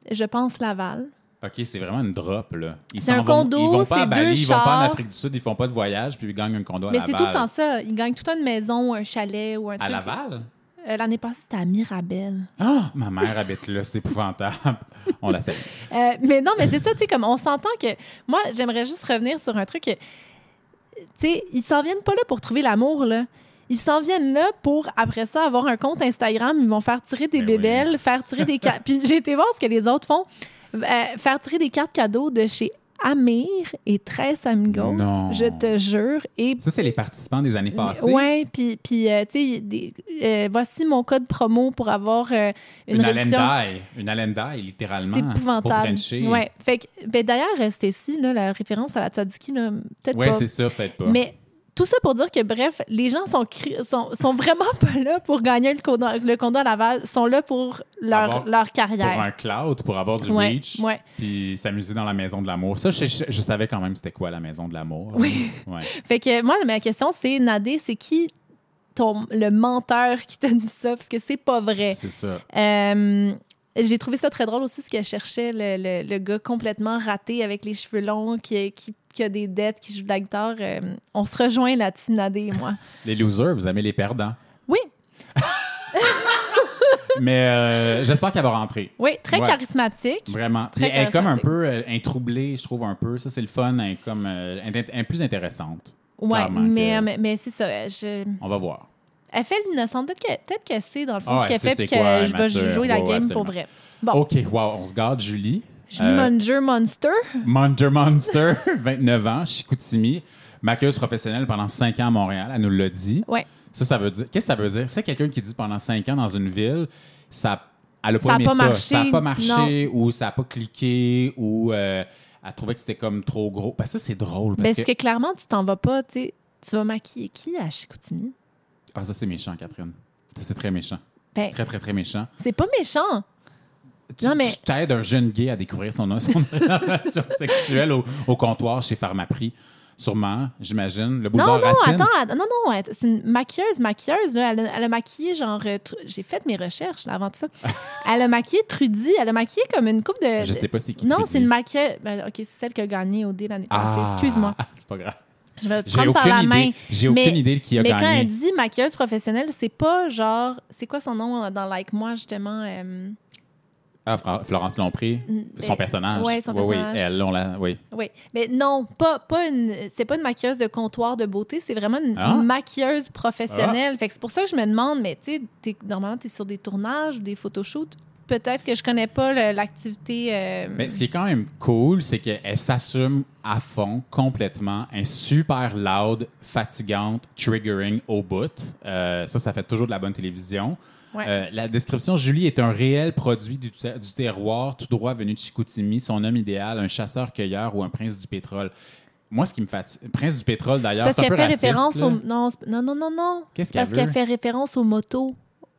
Speaker 3: je pense, Laval.
Speaker 2: OK, c'est vraiment une drop, là. Ils
Speaker 3: C'est
Speaker 2: s'en
Speaker 3: un
Speaker 2: vont-
Speaker 3: condo,
Speaker 2: Ils vont
Speaker 3: c'est
Speaker 2: pas à Bali,
Speaker 3: deux
Speaker 2: ils vont pas
Speaker 3: chars.
Speaker 2: en Afrique du Sud, ils font pas de voyage, puis ils gagnent un condo à
Speaker 3: Mais c'est
Speaker 2: Laval.
Speaker 3: tout le temps ça. Ils gagnent tout le temps une maison, un chalet ou un truc.
Speaker 2: À Laval?
Speaker 3: Euh, L'année passée, c'était à Mirabel.
Speaker 2: Ah! Ma mère habite là, c'est épouvantable. On la salue.
Speaker 3: Euh, mais non, mais c'est ça, tu sais, comme on s'entend que. Moi, j'aimerais juste revenir sur un truc. que- Tu sais, ils s'en viennent pas là pour trouver l'amour, là. Ils s'en viennent là pour, après ça, avoir un compte Instagram. Ils vont faire tirer des
Speaker 2: Ben oui.
Speaker 3: bébelles, faire tirer des cartes. Puis j'ai été voir ce que les autres font. Euh, faire tirer des cartes cadeaux de chez Amir et 13 Amigos,
Speaker 2: Non.
Speaker 3: je te jure. Et
Speaker 2: Ça, c'est les participants des années passées.
Speaker 3: Ouais, puis, puis euh, tu sais, des- euh, voici mon code promo pour avoir euh, une,
Speaker 2: Une, haleine
Speaker 3: réduction.
Speaker 2: d'ail. Une haleine d'ail, littéralement.
Speaker 3: C'est épouvantable.
Speaker 2: Pour Frenchie.
Speaker 3: Ouais. Fait que, ben, d'ailleurs, euh, Stacy, là, la référence à la tzatziki, là, peut-être
Speaker 2: Ouais,
Speaker 3: pas.
Speaker 2: c'est ça, peut-être pas.
Speaker 3: Mais tout ça pour dire que, bref, les gens sont, cri- sont, sont vraiment pas là pour gagner le condo, le condo à Laval, sont là pour leur,
Speaker 2: Avoir-
Speaker 3: leur
Speaker 2: pour
Speaker 3: carrière.
Speaker 2: un cloud, pour avoir du
Speaker 3: Ouais,
Speaker 2: reach,
Speaker 3: ouais.
Speaker 2: puis s'amuser dans la maison de l'amour. Ça, je, je- je savais quand même c'était quoi la maison de l'amour.
Speaker 3: Oui.
Speaker 2: Ouais.
Speaker 3: Fait que moi, ma question, c'est, Nadé, c'est qui ton, le menteur qui t'a dit ça? Parce que c'est pas vrai.
Speaker 2: C'est ça.
Speaker 3: Euh, j'ai trouvé ça très drôle aussi ce qu'elle cherchait, le, le- le gars complètement raté avec les cheveux longs, qui, qui, qui a des dettes, qui joue de la guitare. Euh, on se rejoint là-dessus, Nadé et moi.
Speaker 2: Les losers, vous aimez les perdants.
Speaker 3: Oui.
Speaker 2: Mais euh, j'espère qu'elle va rentrer.
Speaker 3: Oui, très
Speaker 2: Ouais.
Speaker 3: charismatique.
Speaker 2: Vraiment. Puis
Speaker 3: Très
Speaker 2: elle est comme un
Speaker 3: charismatique.
Speaker 2: peu euh, introublée, je trouve, un peu. Ça, c'est le fun. Elle est comme, euh, elle est int- plus intéressante.
Speaker 3: Ouais,
Speaker 2: Clairement
Speaker 3: mais, euh,
Speaker 2: que-
Speaker 3: mais, mais c'est ça. je-
Speaker 2: On va voir.
Speaker 3: Elle fait l'innocente. Peut-être qu'elle peut-être qu'elle sait, dans le fond,
Speaker 2: Ah ouais,
Speaker 3: ce qu'elle
Speaker 2: c'est-
Speaker 3: fait,
Speaker 2: c'est
Speaker 3: puis que
Speaker 2: quoi,
Speaker 3: je vais
Speaker 2: immature.
Speaker 3: jouer la
Speaker 2: Ouais, ouais,
Speaker 3: game
Speaker 2: absolument. Oh, euh,
Speaker 3: pour vrai. Bon,
Speaker 2: OK, wow, on se garde, Julie.
Speaker 3: Julie Munger Monster.
Speaker 2: Monster Monster, 29 ans, Chicoutimi, maquilleuse professionnelle pendant 5 ans à Montréal, elle nous l'a dit.
Speaker 3: Ouais.
Speaker 2: Ça, ça veut dire. Qu'est-ce que ça veut dire? C'est quelqu'un qui dit pendant 5 ans dans une ville, ça, elle a pas
Speaker 3: Ça a
Speaker 2: aimé
Speaker 3: pas
Speaker 2: ça.
Speaker 3: marché,
Speaker 2: Ça n'a pas marché, ou ça n'a pas cliqué, ou euh, elle trouvait que c'était comme trop gros. Parce que ça, c'est drôle. Parce
Speaker 3: ben, Parce que...
Speaker 2: que...
Speaker 3: clairement, tu t'en vas pas, tu sais. Tu vas maquiller qui à Chicoutimi?
Speaker 2: Ah, ça, c'est méchant, Catherine. Ça, c'est très méchant.
Speaker 3: Ben,
Speaker 2: Très, très, très méchant.
Speaker 3: c'est pas méchant.
Speaker 2: Tu,
Speaker 3: Non, mais-
Speaker 2: tu t'aides un jeune gay à découvrir son, son orientation sexuelle au, au comptoir chez Pharmaprix. Sûrement, j'imagine. Le
Speaker 3: Non,
Speaker 2: boulevard
Speaker 3: non,
Speaker 2: Racine.
Speaker 3: attends, att- non, non, att- c'est une maquilleuse, maquilleuse, là, elle, a, elle a maquillé genre, euh, Tru- j'ai fait mes recherches là, avant tout ça, elle a maquillé Trudy, elle a maquillé comme une coupe de...
Speaker 2: Je sais pas c'est qui.
Speaker 3: euh, non,
Speaker 2: Trudy.
Speaker 3: c'est une maquilleuse, ben, ok, c'est celle qui a gagné au dé l'année passée,
Speaker 2: Ah,
Speaker 3: excuse-moi,
Speaker 2: C'est pas grave.
Speaker 3: je vais te
Speaker 2: J'ai
Speaker 3: prendre par la
Speaker 2: aucune
Speaker 3: main.
Speaker 2: idée. J'ai
Speaker 3: Mais-
Speaker 2: aucune idée de qui a
Speaker 3: Mais quand
Speaker 2: gagné.
Speaker 3: elle dit maquilleuse professionnelle, c'est pas genre, c'est quoi son nom euh, dans Like Moi, justement, euh,
Speaker 2: Ah, Fra- Florence Lompré,
Speaker 3: Mm,
Speaker 2: son
Speaker 3: ben,
Speaker 2: personnage.
Speaker 3: ouais, son
Speaker 2: Oui, oui,
Speaker 3: personnage.
Speaker 2: elle, on l'a. Oui.
Speaker 3: Oui, mais non, pas, pas une, c'est pas une maquilleuse de comptoir de beauté, c'est vraiment une,
Speaker 2: Ah.
Speaker 3: une maquilleuse professionnelle. Fait que c'est pour ça que je me demande, mais tu sais, t'es- normalement, tu es sur des tournages ou des photoshoots. Peut-être que je connais pas le- l'activité. euh,
Speaker 2: Mais ce qui est quand même cool, c'est qu'elle s'assume à fond, complètement. Elle est super loud, fatigante, triggering au bout. Euh, ça, ça fait toujours de la bonne télévision.
Speaker 3: Ouais.
Speaker 2: Euh, la description, Julie est un réel produit du, te- du terroir, tout droit venu de Chicoutimi, son homme idéal, un chasseur-cueilleur ou un prince du pétrole. Moi, ce qui me fatigue. Prince du pétrole,
Speaker 3: c'est
Speaker 2: d'ailleurs,
Speaker 3: parce
Speaker 2: c'est un
Speaker 3: qu'elle
Speaker 2: peu
Speaker 3: fait
Speaker 2: raciste.
Speaker 3: référence
Speaker 2: là.
Speaker 3: au. Non, c'est- non, non, non, non.
Speaker 2: Qu'est-ce
Speaker 3: C'est parce
Speaker 2: qu'elle veut?
Speaker 3: qu'elle fait référence aux motos.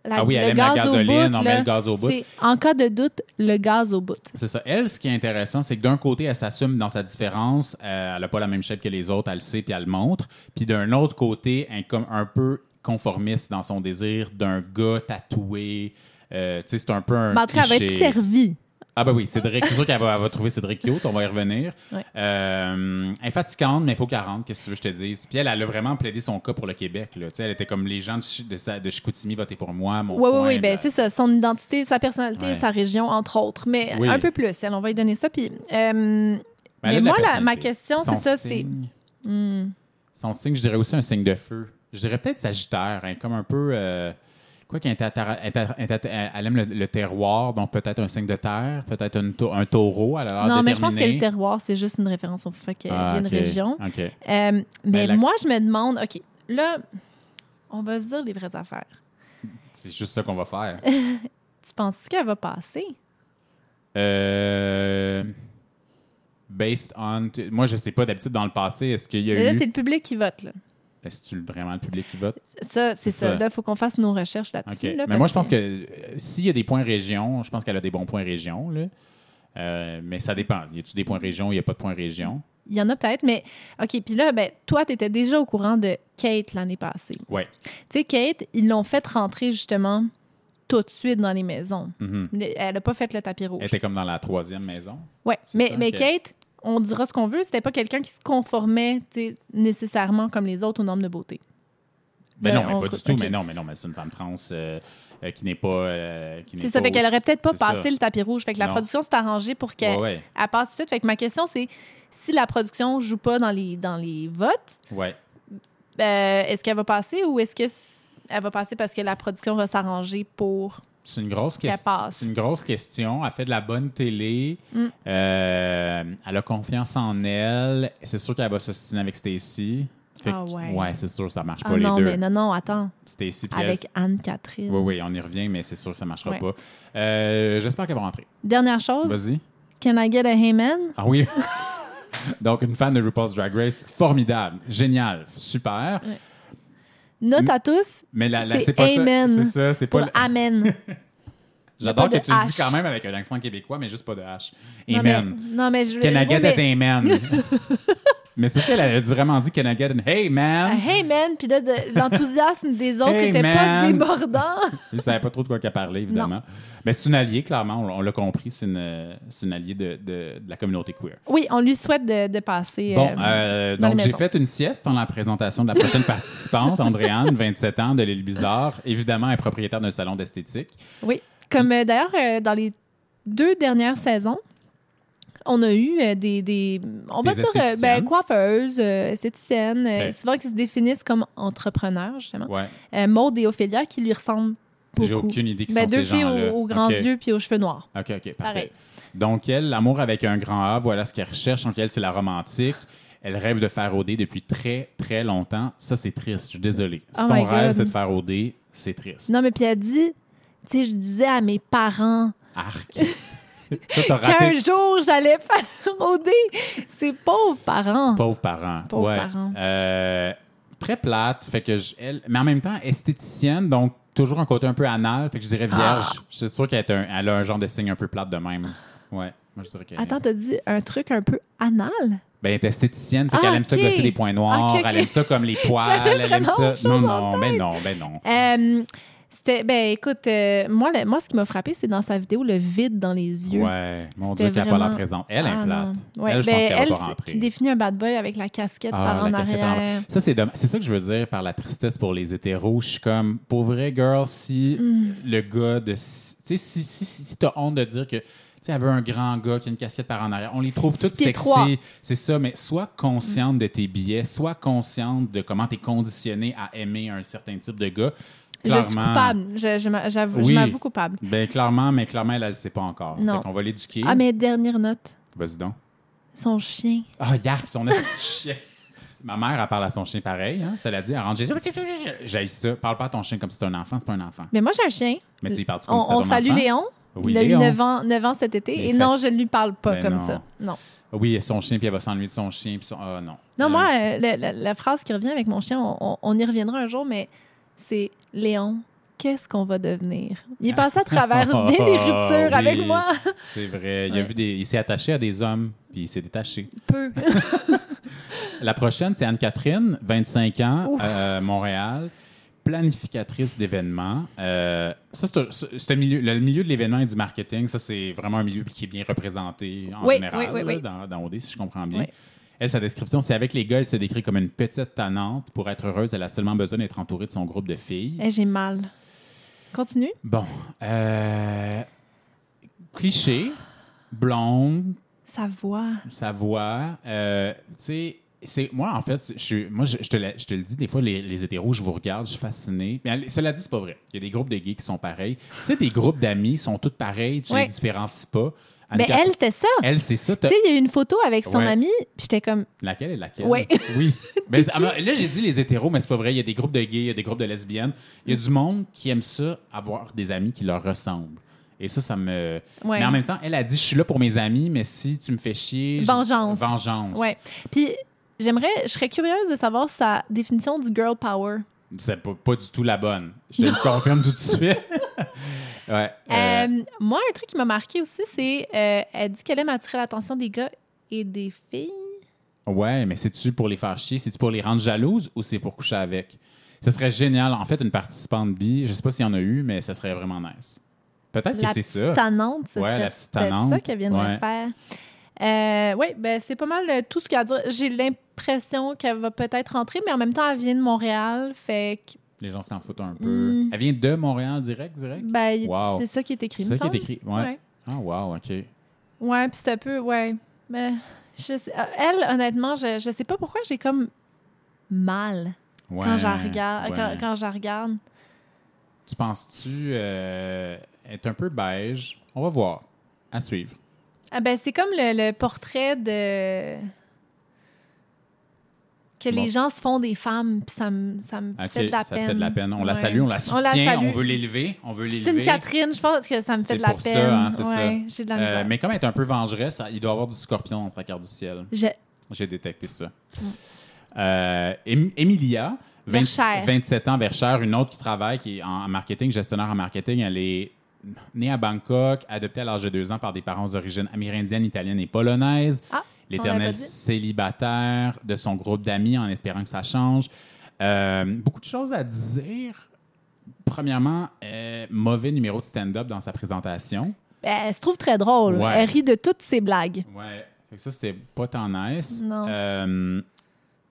Speaker 3: La-
Speaker 2: Ah oui, elle
Speaker 3: le
Speaker 2: aime
Speaker 3: gaz
Speaker 2: la
Speaker 3: au
Speaker 2: gasoline,
Speaker 3: bout,
Speaker 2: on
Speaker 3: là.
Speaker 2: met le gaz au bout.
Speaker 3: C'est- En cas de doute, le gaz au bout.
Speaker 2: C'est ça. Elle, ce qui est intéressant, c'est que d'un côté, elle s'assume dans sa différence. euh, elle n'a pas la même shape que les autres, elle le sait, puis elle le montre. Puis d'un autre côté, elle est comme un peu conformiste dans son désir d'un gars tatoué. Euh, tu sais, c'est un peu un
Speaker 3: Mais Bah, en tout cas, elle va être
Speaker 2: cliché.
Speaker 3: servie.
Speaker 2: Ah ben oui, Cédric. C'est sûr qu'elle va, elle va trouver Cédric cute. On va y revenir.
Speaker 3: Ouais.
Speaker 2: Euh, elle est fatigante, mais il faut qu'elle rentre. Qu'est-ce que tu veux que je te dise? Puis elle, elle a vraiment plaidé son cas pour le Québec. Là. Tu sais, Elle était comme les gens de, Chi- de, sa- de Chicoutimi, votez pour moi, mon
Speaker 3: Oui, oui,
Speaker 2: coin,
Speaker 3: oui, ben,
Speaker 2: bla-
Speaker 3: c'est ça. Son identité, sa personnalité,
Speaker 2: Ouais.
Speaker 3: sa région, entre autres. Mais
Speaker 2: Oui.
Speaker 3: un peu plus, elle, on va lui donner ça. Puis, euh,
Speaker 2: Mais elle a de la
Speaker 3: mais moi, la- ma
Speaker 2: personnalité.
Speaker 3: question,
Speaker 2: Son
Speaker 3: c'est ça, c'est...
Speaker 2: signe.
Speaker 3: Hmm.
Speaker 2: Son signe, je dirais aussi un signe de feu. Je dirais peut-être Sagittaire, hein, comme un peu. euh, quoi qu'elle inter- inter- inter- elle aime le, le terroir, donc peut-être un signe de terre, peut-être une tau- un taureau. Elle a l'air
Speaker 3: Non, mais je pense que le
Speaker 2: déterminée.
Speaker 3: terroir, c'est juste une référence au fait qu'il y a
Speaker 2: Ah,
Speaker 3: une
Speaker 2: ok,
Speaker 3: région.
Speaker 2: ok.
Speaker 3: Euh, mais
Speaker 2: Ben, la-
Speaker 3: moi, je me demande, OK, là, on va se dire les vraies affaires.
Speaker 2: C'est juste ça qu'on va faire.
Speaker 3: Tu penses qu'elle va passer?
Speaker 2: Euh, based on. t- Moi, je sais pas, d'habitude, dans le passé, est-ce qu'il y a
Speaker 3: Là,
Speaker 2: eu.
Speaker 3: c'est le public qui vote. Là.
Speaker 2: Est-ce que vraiment le public qui vote?
Speaker 3: Ça, c'est
Speaker 2: C'est
Speaker 3: ça.
Speaker 2: ça.
Speaker 3: Là, il faut qu'on fasse nos recherches là-dessus.
Speaker 2: OK.
Speaker 3: là,
Speaker 2: mais
Speaker 3: parce
Speaker 2: moi, je pense que euh, s'il y a des points région, je pense qu'elle a des bons points région. Là. Euh, mais ça dépend. Y a-tu des points région? Il n'y a pas de points région.
Speaker 3: Il y en a peut-être, mais OK. Puis là, ben, toi, tu étais déjà au courant de Kate l'année passée.
Speaker 2: Ouais.
Speaker 3: Tu sais, Kate, ils l'ont fait rentrer justement tout de suite dans les maisons.
Speaker 2: Mhm.
Speaker 3: Le- Elle n'a pas fait le tapis rouge.
Speaker 2: Elle était comme dans la troisième maison.
Speaker 3: Ouais,
Speaker 2: c'est
Speaker 3: mais,
Speaker 2: ça,
Speaker 3: mais
Speaker 2: ok.
Speaker 3: Kate, on dira ce qu'on veut, c'était pas quelqu'un qui se conformait tu sais, nécessairement comme les autres au normes de beauté.
Speaker 2: Ben
Speaker 3: Là,
Speaker 2: non, mais
Speaker 3: on
Speaker 2: pas du
Speaker 3: cou-
Speaker 2: tout.
Speaker 3: ok.
Speaker 2: Mais non, mais non, mais c'est une femme trans euh, euh, qui n'est pas. euh, qui n'est
Speaker 3: C'est ça,
Speaker 2: pas
Speaker 3: fait qu'elle
Speaker 2: aussi-
Speaker 3: aurait peut-être pas
Speaker 2: c'est ça.
Speaker 3: passé le tapis rouge. Fait que la
Speaker 2: Non.
Speaker 3: production s'est arrangée pour qu'elle
Speaker 2: Ouais, ouais,
Speaker 3: elle passe tout de suite. Fait que ma question, c'est si la production joue pas dans les, dans les votes,
Speaker 2: ouais.
Speaker 3: euh, est-ce qu'elle va passer ou est-ce que s- elle va passer parce que la production va s'arranger pour.
Speaker 2: C'est une grosse
Speaker 3: Qu'elle
Speaker 2: question.
Speaker 3: passe.
Speaker 2: C'est une grosse question. Elle fait de la bonne télé.
Speaker 3: Mm.
Speaker 2: Euh, elle a confiance en elle. C'est sûr qu'elle va s'ostiner avec Stacy. Fait
Speaker 3: Ah
Speaker 2: que-
Speaker 3: ouais.
Speaker 2: c'est sûr, ça marche pas
Speaker 3: Ah
Speaker 2: les
Speaker 3: non,
Speaker 2: deux.
Speaker 3: mais non, non, attends.
Speaker 2: Stacy puis
Speaker 3: Avec Anne-Catherine.
Speaker 2: Oui, oui, on y revient, mais c'est sûr que ça ne marchera
Speaker 3: Ouais.
Speaker 2: pas. Euh, J'espère qu'elle va rentrer.
Speaker 3: Dernière chose,
Speaker 2: Vas-y.
Speaker 3: Can I get a Heyman?
Speaker 2: Ah oui. Donc, une fan de RuPaul's Drag Race, formidable, génial, super. Hmm?
Speaker 3: Note à tous
Speaker 2: Mais la, la-
Speaker 3: C'est
Speaker 2: c'est pas
Speaker 3: Amen.
Speaker 2: ça. C'est ça, c'est
Speaker 3: pour
Speaker 2: pas. le-
Speaker 3: Amen.
Speaker 2: J'adore
Speaker 3: pas
Speaker 2: que
Speaker 3: de
Speaker 2: tu le dis
Speaker 3: H.
Speaker 2: quand même avec un accent québécois, mais juste pas de H.
Speaker 3: Non, mais-
Speaker 2: Amen.
Speaker 3: Non, mais je voulais.
Speaker 2: Can I
Speaker 3: oui,
Speaker 2: get
Speaker 3: mais-
Speaker 2: that amen? Mais c'est parce qu'elle a vraiment dit Can I get an Hey man?
Speaker 3: Hey man, puis là, de- l'enthousiasme des autres
Speaker 2: Hey,
Speaker 3: n'était pas
Speaker 2: man.
Speaker 3: débordant.
Speaker 2: Il ne savait pas trop de quoi qu'elle parlait, évidemment. Mais c'est une alliée, clairement, on, on l'a compris, c'est une, c'est une alliée de, de- de la communauté queer.
Speaker 3: Oui, on lui souhaite de, de passer.
Speaker 2: Bon,
Speaker 3: euh,
Speaker 2: euh,
Speaker 3: dans les
Speaker 2: donc j'ai
Speaker 3: maisons.
Speaker 2: fait une sieste pendant la présentation de la prochaine participante, Andréane, 27 ans, de l'île Bizarre. Évidemment, elle est propriétaire d'un salon d'esthétique.
Speaker 3: Oui. Comme euh, d'ailleurs, euh, dans les deux dernières saisons, on a eu euh, des, des- on va
Speaker 2: Des
Speaker 3: dire, euh, ben,
Speaker 2: esthéticiennes.
Speaker 3: coiffeuses, euh, esthéticiennes, euh,
Speaker 2: Ouais.
Speaker 3: souvent qui se définissent comme entrepreneurs, justement.
Speaker 2: Ouais.
Speaker 3: Euh, Maud et Ophélia qui lui ressemblent beaucoup.
Speaker 2: J'ai aucune idée qui
Speaker 3: Ben,
Speaker 2: sont
Speaker 3: deux
Speaker 2: ces
Speaker 3: filles
Speaker 2: gens-là.
Speaker 3: aux, aux grands
Speaker 2: Ok.
Speaker 3: yeux puis aux cheveux noirs.
Speaker 2: OK, OK, parfait.
Speaker 3: Pareil.
Speaker 2: Donc, elle, l'amour avec un grand A, voilà ce qu'elle recherche. Donc, elle, c'est la romantique. Elle rêve de faire OD depuis très, très longtemps. Ça, c'est triste. Je suis désolé. Si
Speaker 3: Oh my
Speaker 2: ton rêve,
Speaker 3: God.
Speaker 2: c'est de faire OD, c'est triste.
Speaker 3: Non, mais puis elle dit, tu sais, je disais à mes parents
Speaker 2: Arc. Ça, t'as
Speaker 3: qu'un
Speaker 2: raté.
Speaker 3: jour j'allais faire OD. Ces pauvres parents.
Speaker 2: Pauvre parent.
Speaker 3: Pauvre
Speaker 2: Ouais.
Speaker 3: parent.
Speaker 2: Euh, très plate. Fait que je- elle, mais en même temps, esthéticienne, donc toujours un côté un peu anal. Fait que je dirais
Speaker 3: Ah.
Speaker 2: vierge. C'est sûr qu'elle est un- elle a un genre de signe un peu plate de même. Ouais. Moi, je dirais qu'elle
Speaker 3: Attends, t'as dit un truc un peu anal?
Speaker 2: Ben, elle est esthéticienne, fait
Speaker 3: Ah,
Speaker 2: qu'elle aime ça
Speaker 3: ok. Ah,
Speaker 2: glosser des points noirs,
Speaker 3: Ok, ok.
Speaker 2: elle aime ça comme les poils,
Speaker 3: J'avais
Speaker 2: elle aime
Speaker 3: vraiment
Speaker 2: ça.
Speaker 3: autre chose
Speaker 2: Non,
Speaker 3: en
Speaker 2: non, ben non, ben non.
Speaker 3: Euh, c'était, ben écoute, euh, moi, le- moi, ce qui m'a frappé, c'est dans sa vidéo, le vide dans les yeux.
Speaker 2: Ouais, mon Dieu,
Speaker 3: C'était
Speaker 2: qu'elle n'a pas la
Speaker 3: vraiment-
Speaker 2: présente. Elle
Speaker 3: Ah,
Speaker 2: est plate.
Speaker 3: non. Ouais,
Speaker 2: Elle, je
Speaker 3: ben,
Speaker 2: pense qu'elle va
Speaker 3: elle,
Speaker 2: pas
Speaker 3: c'est-
Speaker 2: rentrer.
Speaker 3: Qui définit un bad boy avec la casquette
Speaker 2: Ah,
Speaker 3: par en
Speaker 2: la cassette en
Speaker 3: arrière.
Speaker 2: arrière. Ça, c'est dommage. C'est ça que je veux dire par la tristesse pour les hétéros. Je suis comme, pour vrai, girl, si
Speaker 3: Mm.
Speaker 2: le gars de. Tu sais, si, si, si, si t'as honte de dire que. Tu sais, elle veut un grand gars qui a une casquette par en arrière. On les trouve toutes
Speaker 3: pieds trois. Mm.
Speaker 2: sexy. C'est ça, mais sois consciente de tes billets, sois consciente de comment t'es conditionnée à aimer un certain type de gars.
Speaker 3: Je suis
Speaker 2: Clairement-
Speaker 3: coupable. Je, je m'a- j'avoue, je
Speaker 2: Oui.
Speaker 3: m'avoue coupable.
Speaker 2: Ben clairement, mais clairement, elle ne le sait pas encore.
Speaker 3: Non.
Speaker 2: Fait qu'on va l'éduquer.
Speaker 3: Ah, mais dernière note,
Speaker 2: Vas-y donc.
Speaker 3: son chien.
Speaker 2: Ah, yark, son petit chien. Ma mère, elle parle à son chien pareil. Hein. Ça l'a dit, elle rentre chez elle. J'ai ça. Parle pas à ton chien comme si c'était un enfant, c'est pas un enfant.
Speaker 3: Mais moi, j'ai un chien. Euh,
Speaker 2: Mais tu lui parles
Speaker 3: On,
Speaker 2: comme si c'était
Speaker 3: on
Speaker 2: ton
Speaker 3: salue
Speaker 2: enfant?
Speaker 3: Léon.
Speaker 2: Oui,
Speaker 3: il a eu
Speaker 2: Léon.
Speaker 3: 9 ans, 9 ans cet été.
Speaker 2: Mais
Speaker 3: et non,
Speaker 2: fat-
Speaker 3: je ne lui parle pas
Speaker 2: Mais
Speaker 3: comme
Speaker 2: non.
Speaker 3: ça. Non.
Speaker 2: Oui, son chien, puis elle va s'ennuyer de son chien. Puis son... Ah non.
Speaker 3: Non,
Speaker 2: Euh,
Speaker 3: moi, euh, la, la- la phrase qui revient avec mon chien, on, on- on y reviendra un jour, mais c'est Léon, qu'est-ce qu'on va devenir? Il est passé à travers
Speaker 2: Ah,
Speaker 3: bien des ruptures
Speaker 2: oui.
Speaker 3: avec moi.
Speaker 2: C'est vrai. Il, a
Speaker 3: Ouais.
Speaker 2: vu des... il s'est attaché à des hommes, puis il s'est détaché.
Speaker 3: Peu.
Speaker 2: La prochaine, c'est Anne-Catherine, 25 ans,
Speaker 3: Ouf.
Speaker 2: euh, Montréal, planificatrice d'événements. Euh, ça, c'est un- c'est c'est un milieu, le milieu de l'événement et du marketing, ça, c'est vraiment un milieu qui est bien représenté en
Speaker 3: Oui,
Speaker 2: général
Speaker 3: oui, oui,
Speaker 2: là,
Speaker 3: oui.
Speaker 2: Dans, dans OD, si je comprends bien.
Speaker 3: Oui.
Speaker 2: Elle, sa description, c'est avec les gars, elle se décrit comme une petite tannante. Pour être heureuse, elle a seulement besoin d'être entourée de son groupe de filles.
Speaker 3: Eh, J'ai mal. Continue.
Speaker 2: Bon. euh, cliché, blonde,
Speaker 3: Sa voix.
Speaker 2: sa voix. euh, tu sais, c'est moi en fait, je suis- moi je, je te, la- je te le dis des fois les, les hétéros, je vous regarde, je suis fasciné. Mais allez, cela dit, c'est pas vrai. Il y a des groupes de gays qui sont pareils. Tu sais, tes groupes d'amis sont tous pareils, tu
Speaker 3: Ouais.
Speaker 2: les différencies pas.
Speaker 3: Mais
Speaker 2: Anne-Catherine-
Speaker 3: elle, c'était ça.
Speaker 2: elle, c'est ça. t'as-
Speaker 3: Tu sais, il y a eu une photo avec son
Speaker 2: Ouais.
Speaker 3: ami, puis j'étais comme,
Speaker 2: Laquelle est laquelle?
Speaker 3: Ouais.
Speaker 2: Oui. Ben, c'est- ah, là, j'ai dit les hétéros, mais c'est pas vrai. Il y a des groupes de gays, il y a des groupes de lesbiennes. Il y a du monde qui aime ça, avoir des amis qui leur ressemblent. Et ça, ça me.
Speaker 3: Ouais.
Speaker 2: Mais en même temps, elle a dit Je suis là pour mes amis, mais si tu me fais chier. je-
Speaker 3: Vengeance.
Speaker 2: Vengeance.
Speaker 3: ouais. Puis j'aimerais, je serais curieuse de savoir sa définition du girl power.
Speaker 2: C'est pas, pas du tout la bonne. Je te le confirme tout de suite. ouais. euh,
Speaker 3: Euh, moi, un truc qui m'a marqué aussi, c'est euh, elle dit qu'elle aime attirer l'attention des gars et des filles. Euh,
Speaker 2: ouais, mais c'est-tu pour les faire chier? C'est-tu pour les rendre jalouses ou c'est pour coucher avec? Ce serait génial. En fait, une participante bi, je sais pas s'il y en a eu, mais ça serait vraiment nice. Peut-être que
Speaker 3: La
Speaker 2: c'est
Speaker 3: petite
Speaker 2: ça.
Speaker 3: tannante, c'est
Speaker 2: Ouais, la petite tannante.
Speaker 3: ça qu'elle
Speaker 2: Ouais.
Speaker 3: viendrait faire. oui, ben, c'est pas mal euh, tout ce qu'elle a dit. J'ai l'impression qu'elle va peut-être rentrer, mais en même temps, elle vient de Montréal. Fait que,
Speaker 2: Les gens s'en foutent un peu.
Speaker 3: Mm.
Speaker 2: Elle vient de Montréal direct, direct?
Speaker 3: ben, il-
Speaker 2: Wow.
Speaker 3: c'est ça qui est écrit.
Speaker 2: C'est ça
Speaker 3: me
Speaker 2: qui est
Speaker 3: semble.
Speaker 2: écrit. Ouais.
Speaker 3: Ouais,
Speaker 2: Ah, wow, OK.
Speaker 3: Ouais, puis c'est un peu. Ouais. Ben, je sais- euh, elle, honnêtement, je, je sais pas pourquoi j'ai comme mal quand
Speaker 2: Ouais,
Speaker 3: je la regarde.
Speaker 2: ouais.
Speaker 3: Quand, quand je la regarde.
Speaker 2: Tu penses-tu euh, être un peu beige? On va voir. À suivre.
Speaker 3: Ah ben, c'est comme le, le portrait de. Que
Speaker 2: Bon.
Speaker 3: les gens se font des femmes, puis ça me, ça me
Speaker 2: OK,
Speaker 3: fait de la
Speaker 2: ça
Speaker 3: peine.
Speaker 2: te fait de la peine. On la
Speaker 3: Ouais.
Speaker 2: salue, on la soutient, on,
Speaker 3: salue.
Speaker 2: veut l'élever. On veut
Speaker 3: C'est
Speaker 2: l'élever.
Speaker 3: une Catherine, je pense que ça me
Speaker 2: C'est
Speaker 3: fait de la
Speaker 2: pour ça,
Speaker 3: peine.
Speaker 2: hein, c'est ça.
Speaker 3: Ouais, J'ai de la
Speaker 2: Euh,
Speaker 3: misère.
Speaker 2: mais comme elle est un peu vengeresse, il doit avoir du scorpion dans sa carte du ciel.
Speaker 3: Je- ah,
Speaker 2: J'ai détecté ça. Euh, Em- Emilia, 20
Speaker 3: Verchère.
Speaker 2: 27 ans, Verchère, une autre qui travaille, qui est en en marketing, gestionnaire en marketing. Elle est née à Bangkok, adoptée à l'âge de 2 ans par des parents d'origine amérindienne, italienne et polonaise.
Speaker 3: Ah. l'a pas
Speaker 2: l'éternel
Speaker 3: dit.
Speaker 2: célibataire de son groupe d'amis en espérant que ça change. Euh, beaucoup de choses à dire. Premièrement, euh, mauvais numéro de stand-up dans sa présentation.
Speaker 3: Ben, Elle se trouve très drôle.
Speaker 2: Ouais.
Speaker 3: Elle rit de toutes ses blagues.
Speaker 2: Ouais. Fait que ça, c'était pas tant nice.
Speaker 3: Non.
Speaker 2: Euh,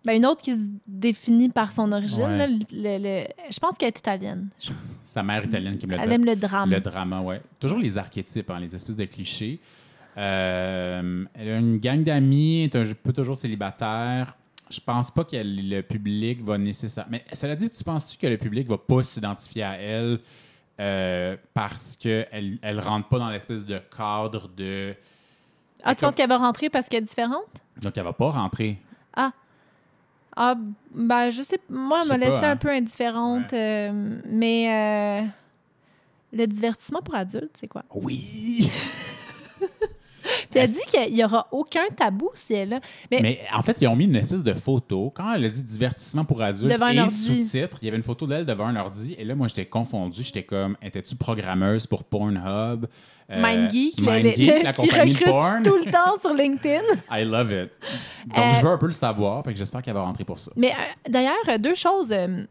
Speaker 3: Ben, une autre qui se définit par son origine,
Speaker 2: Ouais.
Speaker 3: là, le- le- le- je pense qu'elle est italienne. Je-
Speaker 2: sa mère italienne qui me l'a
Speaker 3: Elle aime le drame. Ah,
Speaker 2: Le drama, ouais. Toujours les archétypes, hein, les espèces de clichés. Euh, elle a une gang d'amis, est un peu toujours célibataire. Je pense pas que le public va nécessairement. Mais cela dit, tu penses-tu que le public va pas s'identifier à elle euh, parce qu'elle elle rentre pas dans l'espèce de cadre de.
Speaker 3: ah, tu penses qu'elle va rentrer parce qu'elle est différente?
Speaker 2: Donc elle va pas rentrer.
Speaker 3: Ah, ben, je sais. Moi, elle
Speaker 2: Je
Speaker 3: m'a
Speaker 2: sais pas,
Speaker 3: laissée
Speaker 2: hein.
Speaker 3: un peu indifférente. euh, mais euh, le divertissement pour adultes, c'est quoi?
Speaker 2: Oui!
Speaker 3: Puis elle dit qu'il n'y aura aucun tabou si elle est là. Mais,
Speaker 2: Mais en fait, ils ont mis une espèce de photo. Quand elle a dit divertissement pour adultes
Speaker 3: Devant un
Speaker 2: et
Speaker 3: ordi.
Speaker 2: sous-titres, il y avait une photo d'elle devant un ordi. Et là, moi, j'étais confondu. J'étais comme, étais-tu programmeuse pour Pornhub? Euh,
Speaker 3: MindGeek, le- le-
Speaker 2: MindGeek,
Speaker 3: le-
Speaker 2: la
Speaker 3: qui
Speaker 2: compagnie
Speaker 3: recrute
Speaker 2: de porn.
Speaker 3: tout le temps sur LinkedIn.
Speaker 2: I love it. Donc,
Speaker 3: Euh,
Speaker 2: je veux un peu le savoir. Fait que j'espère qu'elle va rentrer pour ça.
Speaker 3: Mais euh, d'ailleurs, euh, deux choses. euh,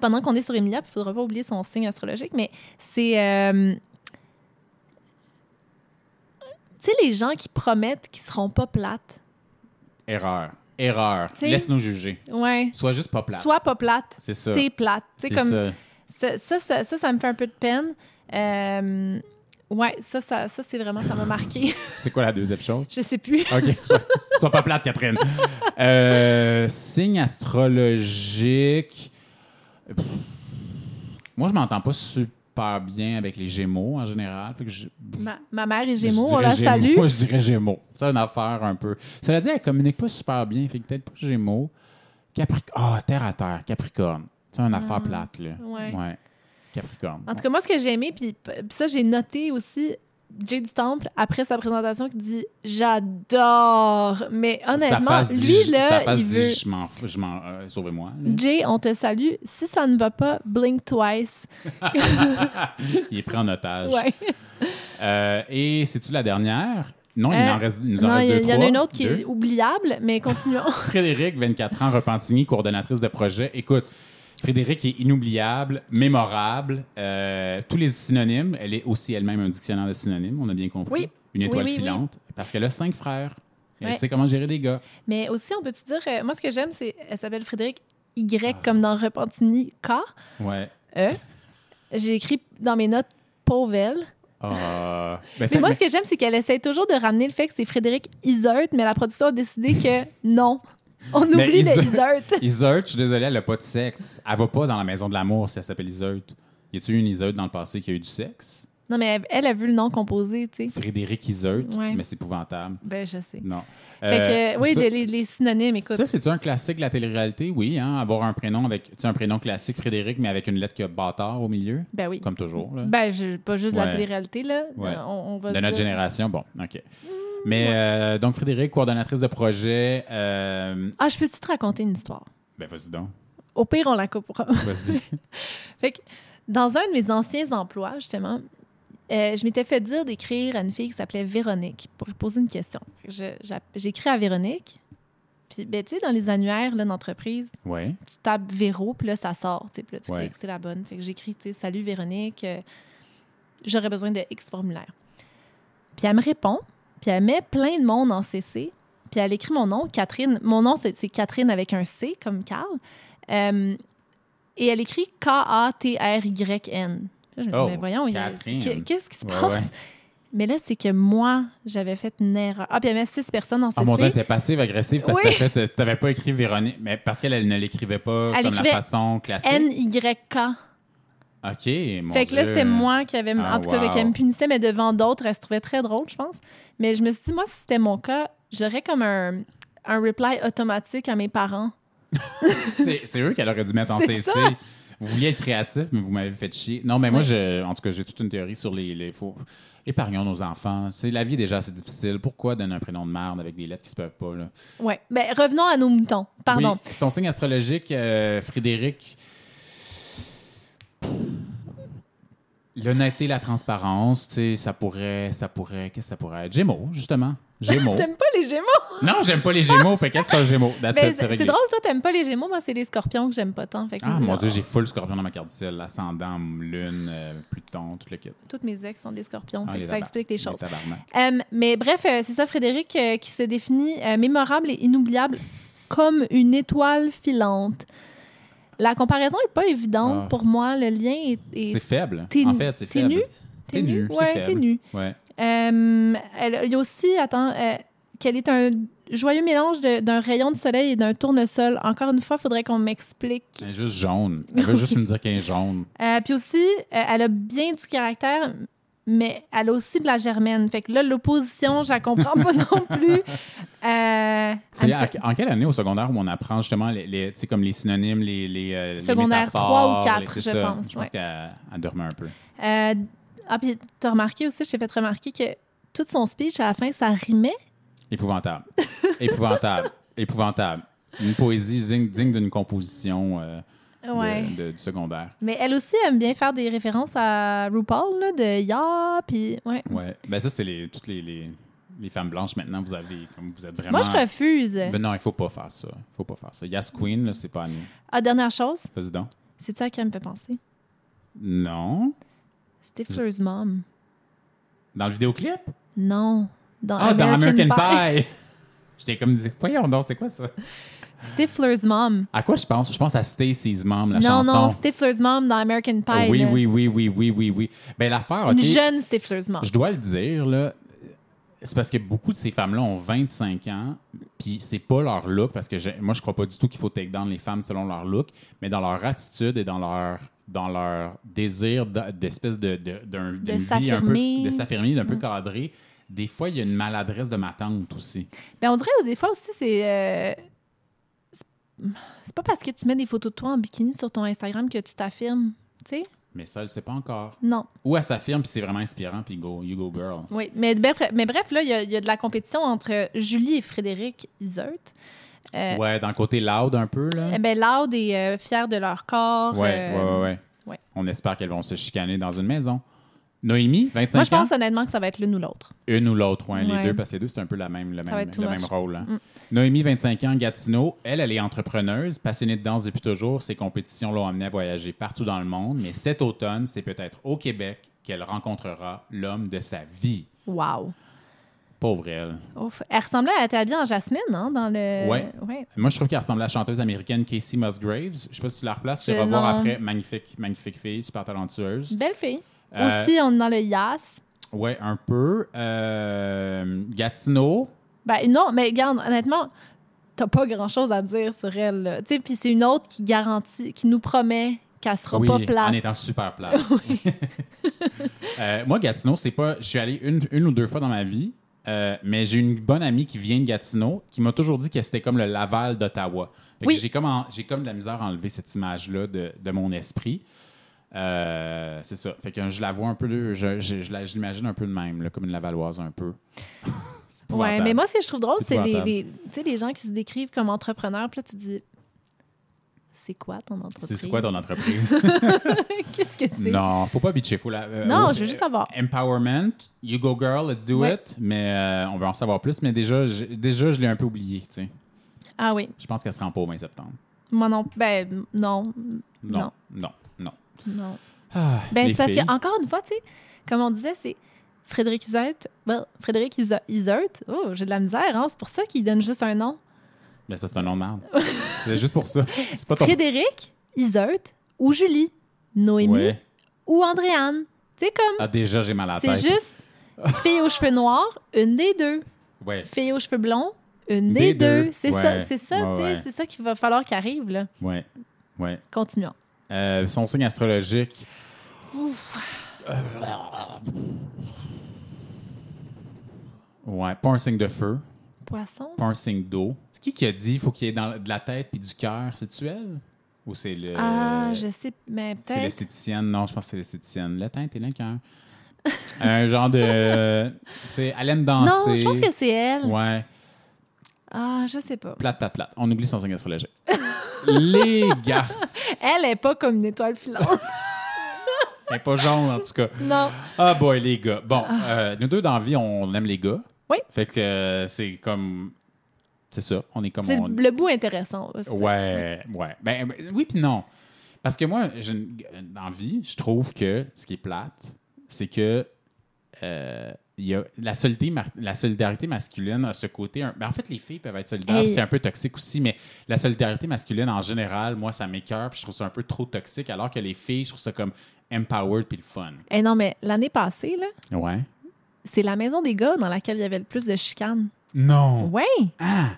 Speaker 3: pendant qu'on est sur Emilia, il ne faudra pas oublier son signe astrologique, mais c'est. euh, tu sais, les gens qui promettent qu'ils seront pas plates.
Speaker 2: Erreur. Erreur.
Speaker 3: T'sais-
Speaker 2: Laisse-nous juger.
Speaker 3: Ouais.
Speaker 2: Sois juste pas plate.
Speaker 3: Sois pas plate.
Speaker 2: C'est ça.
Speaker 3: T'es plate. Tu sais,
Speaker 2: C'est
Speaker 3: comme
Speaker 2: ça.
Speaker 3: Ça, ça, ça, ça, ça me fait un peu de peine. Euh, ouais, ça, ça, ça c'est vraiment, ça m'a marqué.
Speaker 2: C'est quoi la deuxième chose?
Speaker 3: je sais plus.
Speaker 2: OK. Sois, sois pas plate, Catherine. Euh, signe astrologique. Pff. Moi, je m'entends pas super bien avec les Gémeaux en général. Fait que je,
Speaker 3: Ma, ma mère est
Speaker 2: je
Speaker 3: Gémeaux, on
Speaker 2: dirais
Speaker 3: la
Speaker 2: Gémeaux.
Speaker 3: salue.
Speaker 2: Moi, je dirais Gémeaux. C'est une affaire un peu. Cela dit, elle communique pas super bien. Fait que peut-être pas Gémeaux. Capricorne. Ah, terre à terre. Capricorne. C'est une affaire plate, là.
Speaker 3: Mm. Ouais.
Speaker 2: Capricorne.
Speaker 3: En tout cas, moi, ce que j'ai aimé, puis puis ça, j'ai noté aussi Jay du Temple, après sa présentation, qui dit « J'adore! » Mais
Speaker 2: Sa
Speaker 3: honnêtement,
Speaker 2: face dit-
Speaker 3: lui,
Speaker 2: sa
Speaker 3: là,
Speaker 2: face
Speaker 3: il
Speaker 2: dit,
Speaker 3: veut...
Speaker 2: Je m'en fous. je m'en- euh, Sauvez-moi. là.
Speaker 3: Jay, on te salue. Si ça ne va pas, blink twice.
Speaker 2: Il est pris en otage.
Speaker 3: Ouais.
Speaker 2: Euh, et c'est-tu la dernière? Non, il,
Speaker 3: Euh,
Speaker 2: en reste, il nous en
Speaker 3: Non,
Speaker 2: reste
Speaker 3: il y,
Speaker 2: deux,
Speaker 3: il y en
Speaker 2: trois.
Speaker 3: a une autre qui est
Speaker 2: Deux.
Speaker 3: oubliable, mais continuons.
Speaker 2: Frédéric, 24 ans, Repentigny, coordonnatrice de projet. Écoute, Frédéric est inoubliable, mémorable, euh, tous les synonymes. Elle est aussi elle-même un dictionnaire de synonymes, on a bien compris.
Speaker 3: Oui.
Speaker 2: Une étoile
Speaker 3: Oui, oui, oui.
Speaker 2: filante, parce qu'elle a cinq frères. Elle
Speaker 3: Ouais.
Speaker 2: sait comment gérer des gars.
Speaker 3: Mais aussi, on peut-tu dire, euh, moi, ce que j'aime, c'est, elle s'appelle Frédéric Y,
Speaker 2: Ah.
Speaker 3: comme dans Repentini, K,
Speaker 2: Ouais.
Speaker 3: E. J'ai écrit dans mes notes Pauvel.
Speaker 2: Ah. Ben,
Speaker 3: Mais
Speaker 2: ça-
Speaker 3: moi,
Speaker 2: mais-
Speaker 3: ce que j'aime, c'est qu'elle essaie toujours de ramener le fait que c'est Frédéric Iseut, mais la production a décidé que non, on
Speaker 2: Mais
Speaker 3: oublie le
Speaker 2: Iseut-
Speaker 3: Iseut.
Speaker 2: Iseut, je suis désolé, elle n'a pas de sexe. Elle va pas dans la maison de l'amour si elle s'appelle Iseut. Y a-tu eu une Iseut dans le passé qui a eu du sexe?
Speaker 3: Non, mais elle, elle a vu le nom composé, tu sais.
Speaker 2: Frédéric Iseut,
Speaker 3: Ouais.
Speaker 2: mais c'est épouvantable.
Speaker 3: Ben, je sais.
Speaker 2: Non.
Speaker 3: Fait que,
Speaker 2: Euh,
Speaker 3: oui,
Speaker 2: ça,
Speaker 3: de- les, les synonymes, écoute.
Speaker 2: ça, c'est-tu un classique de la télé-réalité? Oui, hein, avoir un prénom avec, tu sais, un prénom classique Frédéric, mais avec une lettre qui a bâtard au milieu,
Speaker 3: ben oui.
Speaker 2: comme toujours. là.
Speaker 3: Ben, je- pas juste de la
Speaker 2: Ouais.
Speaker 3: télé-réalité, là.
Speaker 2: Ouais.
Speaker 3: Euh, On, on va
Speaker 2: de
Speaker 3: le
Speaker 2: notre
Speaker 3: dire.
Speaker 2: génération, bon, OK.
Speaker 3: Mm,
Speaker 2: Mais euh, donc, Frédéric, coordonnatrice de projet, euh,
Speaker 3: Ah, je peux-tu te raconter une histoire?
Speaker 2: ben vas-y donc,
Speaker 3: Au pire, on la coupera.
Speaker 2: vas-y.
Speaker 3: Fait que, dans un de mes anciens emplois, justement, euh, je m'étais fait dire d'écrire à une fille qui s'appelait Véronique pour lui poser une question. Fait que je- j'a- J'écris à Véronique. Puis, ben, tu sais, dans les annuaires là, d'entreprise,
Speaker 2: ouais.
Speaker 3: tu tapes Véro, puis là, ça sort. tu sais, Puis là, tu
Speaker 2: Ouais.
Speaker 3: cliques, c'est la bonne. Fait que j'écris, tu sais, Salut Véronique, euh, j'aurais besoin de X formulaire. Puis elle me répond, puis elle met plein de monde en CC, puis elle écrit mon nom, Catherine. Mon nom, c'est c'est Catherine avec un C, comme Carl. Euh, et elle écrit K-A-T-R-Y-N. Là, je me dis,
Speaker 2: Oh,
Speaker 3: mais voyons, il y a-
Speaker 2: Catherine.
Speaker 3: qu'est- qu'est-ce qui se
Speaker 2: Ouais,
Speaker 3: passe?
Speaker 2: ouais.
Speaker 3: Mais là, c'est que moi, j'avais fait une erreur. Ah, puis elle met six personnes en
Speaker 2: Ah
Speaker 3: CC.
Speaker 2: mon dieu, t'es passive-agressive parce
Speaker 3: Oui.
Speaker 2: que t'as fait- euh, t'avais pas écrit Véronique, mais parce qu'elle elle ne l'écrivait pas
Speaker 3: Elle
Speaker 2: comme la
Speaker 3: écrivait
Speaker 2: façon classique.
Speaker 3: N-Y-K.
Speaker 2: OK, mon
Speaker 3: Fait que là,
Speaker 2: Dieu.
Speaker 3: c'était moi qui avait.
Speaker 2: Ah,
Speaker 3: en tout cas, fait
Speaker 2: wow.
Speaker 3: qu'elle me punissait, mais devant d'autres, elle se trouvait très drôle, je pense. Mais je me suis dit, moi, si c'était mon cas, j'aurais comme un, un reply automatique à mes parents.
Speaker 2: C'est c'est eux qu'elle aurait dû mettre en
Speaker 3: C'est
Speaker 2: CC.
Speaker 3: ça.
Speaker 2: Vous vouliez être créatif, mais vous m'avez fait chier. Non, mais moi,
Speaker 3: Ouais.
Speaker 2: je, en tout cas, j'ai toute une théorie sur les. les faut- Épargnons nos enfants. Tu sais, la vie est déjà assez difficile. Pourquoi donner un prénom de merde avec des lettres qui se peuvent pas? Là?
Speaker 3: Ouais. Mais Ben, revenons à nos moutons. Pardon.
Speaker 2: Oui, son signe astrologique, euh, Frédéric. L'honnêteté, la transparence, tu sais, ça pourrait, ça pourrait, qu'est-ce que ça pourrait être? Gémeaux, justement. Gémeaux.
Speaker 3: T'aimes pas les Gémeaux?
Speaker 2: non, j'aime pas les Gémeaux, fait qu'elle sort Gémeaux. That's
Speaker 3: Ben,
Speaker 2: it,
Speaker 3: c'est
Speaker 2: réglé.
Speaker 3: c'est drôle, toi, t'aimes pas les Gémeaux. Moi, c'est les Scorpions que j'aime pas tant. Fait que-
Speaker 2: Ah mon dieu, j'ai full scorpion dans ma carte du ciel. Ascendant, lune, euh, Pluton, toute l'équipe.
Speaker 3: Toutes mes ex sont des Scorpions.
Speaker 2: Ah,
Speaker 3: fait que
Speaker 2: les
Speaker 3: ça
Speaker 2: tabar-
Speaker 3: explique les
Speaker 2: les
Speaker 3: choses.
Speaker 2: tabarnak.
Speaker 3: Euh, mais bref, euh, c'est ça, Frédéric, euh, qui se définit euh, mémorable et inoubliable comme une étoile filante. La comparaison est pas évidente
Speaker 2: Ah.
Speaker 3: pour moi. Le lien est. est-
Speaker 2: C'est faible.
Speaker 3: T'es-
Speaker 2: En fait, c'est
Speaker 3: t'es
Speaker 2: faible.
Speaker 3: nu?
Speaker 2: T'es nu, c'est
Speaker 3: Ouais,
Speaker 2: faible.
Speaker 3: t'es nu.
Speaker 2: Ouais.
Speaker 3: Euh, elle- il y a aussi, attends, euh, qu'elle est un joyeux mélange de- d'un rayon de soleil et d'un tournesol. Encore une fois, il faudrait qu'on m'explique.
Speaker 2: Elle est juste jaune. Elle veut juste me dire qu'elle est jaune.
Speaker 3: Euh, puis aussi, euh, elle a bien du caractère, mais elle a aussi de la germaine. Fait que là, l'opposition, je la comprends pas non plus. Euh, elle
Speaker 2: C'est
Speaker 3: me
Speaker 2: à-
Speaker 3: fait-
Speaker 2: en quelle année au secondaire où on apprend justement les, les- tu sais, comme les synonymes, les, les, euh, les
Speaker 3: Secondaire
Speaker 2: métaphores,
Speaker 3: trois ou quatre,
Speaker 2: les- c'est
Speaker 3: je
Speaker 2: ça.
Speaker 3: pense,
Speaker 2: Je pense
Speaker 3: ouais.
Speaker 2: qu'elle elle dormait un peu.
Speaker 3: euh, ah, puis t'as remarqué aussi, je t'ai fait remarquer que tout son speech, à la fin, ça rimait.
Speaker 2: Épouvantable. Épouvantable. Épouvantable. Une poésie digne, digne d'une composition euh, de-
Speaker 3: Ouais.
Speaker 2: de- du secondaire.
Speaker 3: Mais elle aussi aime bien faire des références à RuPaul, là, de Ya, puis... Ouais.
Speaker 2: Ouais. Ben ça, c'est les, toutes les, les, les femmes blanches maintenant, vous avez comme vous êtes vraiment.
Speaker 3: Moi, je refuse.
Speaker 2: Ben non, il faut pas faire ça. Il faut pas faire ça. Yas Queen, là, c'est pas à nous.
Speaker 3: Ah, dernière chose,
Speaker 2: Vas-y donc.
Speaker 3: c'est ça qui me fait penser.
Speaker 2: Non.
Speaker 3: C'était Fleur's Mom.
Speaker 2: Dans le vidéoclip?
Speaker 3: Non. Dans
Speaker 2: Ah, dans American Pie! J'étais comme dit, voyons donc, c'est quoi ça?
Speaker 3: C'était Fleur's Mom.
Speaker 2: À quoi je pense? Je pense à Stacy's Mom, la
Speaker 3: non,
Speaker 2: chanson.
Speaker 3: non, Stifler's Mom dans American Pie.
Speaker 2: oui,
Speaker 3: là.
Speaker 2: oui, oui, oui, oui, oui, oui. Ben l'affaire,
Speaker 3: Une
Speaker 2: OK,
Speaker 3: jeune Stifler's Mom.
Speaker 2: je dois le dire, là, c'est parce que beaucoup de ces femmes-là ont 25 ans, puis c'est pas leur look, parce que j'ai- moi, je crois pas du tout qu'il faut take down les femmes selon leur look, mais dans leur attitude et dans leur dans leur désir d'a- d'espèce de, de, d'un- d'une vie un peu,
Speaker 3: s'affirmer.
Speaker 2: de s'affirmer, d'un peu cadré, des fois, il y a une maladresse de ma tante aussi.
Speaker 3: Ben, on dirait des fois aussi, c'est. euh, c'est- C'est pas parce que tu mets des photos de toi en bikini sur ton Instagram que tu t'affirmes. Tu sais?
Speaker 2: Mais ça, elle sait pas encore.
Speaker 3: Non.
Speaker 2: Ou elle s'affirme, puis c'est vraiment inspirant, puis go, you go girl.
Speaker 3: Oui. Mais bref, mais bref là, il y, a- il y a de la compétition entre Julie et Frédéric Iseut. Euh,
Speaker 2: Ouais, dans le côté loud un peu, là.
Speaker 3: Eh Ben, loud et euh, fiers de leur corps.
Speaker 2: Ouais,
Speaker 3: euh,
Speaker 2: ouais, ouais, ouais.
Speaker 3: ouais.
Speaker 2: On espère qu'elles vont se chicaner dans une maison. Noémie, 25
Speaker 3: Moi, je pense
Speaker 2: ans,
Speaker 3: honnêtement que ça va être l'une ou l'autre.
Speaker 2: une ou l'autre, ouais,
Speaker 3: Ouais.
Speaker 2: les deux, parce que les deux, c'est un peu la même, le
Speaker 3: Ça va
Speaker 2: même,
Speaker 3: être too
Speaker 2: le
Speaker 3: much.
Speaker 2: même rôle. hein.
Speaker 3: Mm.
Speaker 2: Noémie, 25 ans, Gatineau, elle, elle est entrepreneuse, passionnée de danse depuis toujours. Ses compétitions l'ont amenée à voyager partout dans le monde, mais cet automne, c'est peut-être au Québec qu'elle rencontrera l'homme de sa vie.
Speaker 3: Wow.
Speaker 2: Pauvre elle.
Speaker 3: Ouf. Elle ressemblait à ta bien en Jasmine, hein, dans le.
Speaker 2: Ouais. Moi, je trouve qu'elle ressemble à la chanteuse américaine Casey Musgraves. Je sais pas si tu la replaces, tu
Speaker 3: Je-
Speaker 2: vas voir
Speaker 3: non.
Speaker 2: après. Magnifique, magnifique fille, super talentueuse.
Speaker 3: Belle fille.
Speaker 2: Euh,
Speaker 3: Aussi, on est dans le Yas.
Speaker 2: Ouais, un peu. Euh, Gatineau.
Speaker 3: Ben, non, mais regarde, honnêtement, t'as pas grand-chose à dire sur elle. là. Tu sais, puis c'est une autre qui garantit, qui nous promet qu'elle sera
Speaker 2: oui,
Speaker 3: pas plate.
Speaker 2: en étant super plate. Euh, moi, Gatineau, c'est pas. Je suis allé une, une ou deux fois dans ma vie, euh, mais j'ai une bonne amie qui vient de Gatineau qui m'a toujours dit que c'était comme le Laval d'Ottawa. Fait que
Speaker 3: Oui.
Speaker 2: J'ai comme, en- j'ai comme de la misère à enlever cette image-là de, de mon esprit. Euh, c'est ça. Fait que je la vois un peu, de- je, je, je la- je l'imagine un peu de même, là, comme une Lavalloise un peu. C'est
Speaker 3: Ouais,
Speaker 2: épouvantable.
Speaker 3: mais moi, ce que je trouve drôle,
Speaker 2: C'est
Speaker 3: c'est les,
Speaker 2: épouvantable.
Speaker 3: les- tu sais, les gens qui se décrivent comme entrepreneurs, puis là, tu dis. C'est quoi ton entreprise?
Speaker 2: c'est quoi ton entreprise?
Speaker 3: Qu'est-ce que c'est?
Speaker 2: Non, faut pas bitcher. Faut la, euh,
Speaker 3: Non,
Speaker 2: euh,
Speaker 3: je veux juste savoir.
Speaker 2: Empowerment, you go girl, let's do
Speaker 3: Ouais.
Speaker 2: it. Mais euh, on veut en savoir plus. Mais déjà, j'ai- déjà je l'ai un peu oublié. tu sais.
Speaker 3: Ah oui,
Speaker 2: Je pense qu'elle se rend pas au 20 septembre.
Speaker 3: moi non. Ben, non.
Speaker 2: Non, non, non.
Speaker 3: Non.
Speaker 2: Ah,
Speaker 3: Ben,
Speaker 2: les
Speaker 3: c'est parce
Speaker 2: filles.
Speaker 3: que, encore une fois, tu sais, comme on disait, c'est Frédéric Iseut. well, Frédéric Iseut. Iseut. Oh, j'ai de la misère, hein? C'est pour ça qu'il donne juste un nom.
Speaker 2: Mais Ben, c'est parce que c'est un nom de merde. c'est juste pour ça. C'est pas ton.
Speaker 3: Frédéric Iseut ou Julie, Noémie
Speaker 2: Ouais.
Speaker 3: ou Andréane. Tu sais, comme,
Speaker 2: Ah, déjà, j'ai mal à la
Speaker 3: c'est
Speaker 2: tête.
Speaker 3: juste fille aux cheveux noirs, une des deux.
Speaker 2: Ouais,
Speaker 3: Fille aux cheveux blonds, une
Speaker 2: Des
Speaker 3: des, deux.
Speaker 2: deux.
Speaker 3: C'est
Speaker 2: Ouais.
Speaker 3: ça, c'est ça,
Speaker 2: Ouais,
Speaker 3: tu sais,
Speaker 2: ouais.
Speaker 3: c'est ça qu'il va falloir qu'il arrive, là.
Speaker 2: ouais, ouais.
Speaker 3: Continuons.
Speaker 2: Euh, son signe astrologique. Euh, Ouais, pas un signe de feu.
Speaker 3: Poisson?
Speaker 2: pas un signe d'eau. C'est qui qui a dit faut qu'il y ait dans- de la tête puis du cœur? C'est-tu elle? Ou c'est le.
Speaker 3: Ah, je sais,
Speaker 2: Euh,
Speaker 3: mais
Speaker 2: C'est
Speaker 3: peut-être.
Speaker 2: l'esthéticienne. Non, je pense que c'est l'esthéticienne. La tête et le cœur. un genre de. tu sais, elle aime danser.
Speaker 3: Non, je pense que c'est elle.
Speaker 2: Ouais.
Speaker 3: Ah, je sais pas.
Speaker 2: Plate, plate, plate. On oublie son signe astrologique. Les garçons.
Speaker 3: Elle est pas comme une étoile filante.
Speaker 2: Elle est pas jaune, en tout cas.
Speaker 3: non.
Speaker 2: Ah, boy, les gars. Bon, euh, nous deux dans la vie, on aime les gars.
Speaker 3: Ah. Oui.
Speaker 2: Fait que euh, c'est comme. C'est ça, on est comme
Speaker 3: C'est
Speaker 2: on.
Speaker 3: le, le bout intéressant. là, c'est ça.
Speaker 2: Ouais, ouais. Ben, ben, oui, puis non. Parce que moi, j'ai une- dans vie, je trouve que ce qui est plate, c'est que euh, il y a la, solidité, mar- la solidarité masculine a ce côté. un- ben, en fait, les filles peuvent être solidaires,
Speaker 3: Hey.
Speaker 2: puis c'est un peu toxique aussi, mais la solidarité masculine, en général, moi, ça m'écœure, puis je trouve ça un peu trop toxique, alors que les filles, je trouve ça comme empowered puis le fun.
Speaker 3: Eh non, mais l'année passée, là,
Speaker 2: Ouais.
Speaker 3: c'est la maison des gars dans laquelle il y avait le plus de chicanes.
Speaker 2: Non.
Speaker 3: Ouais.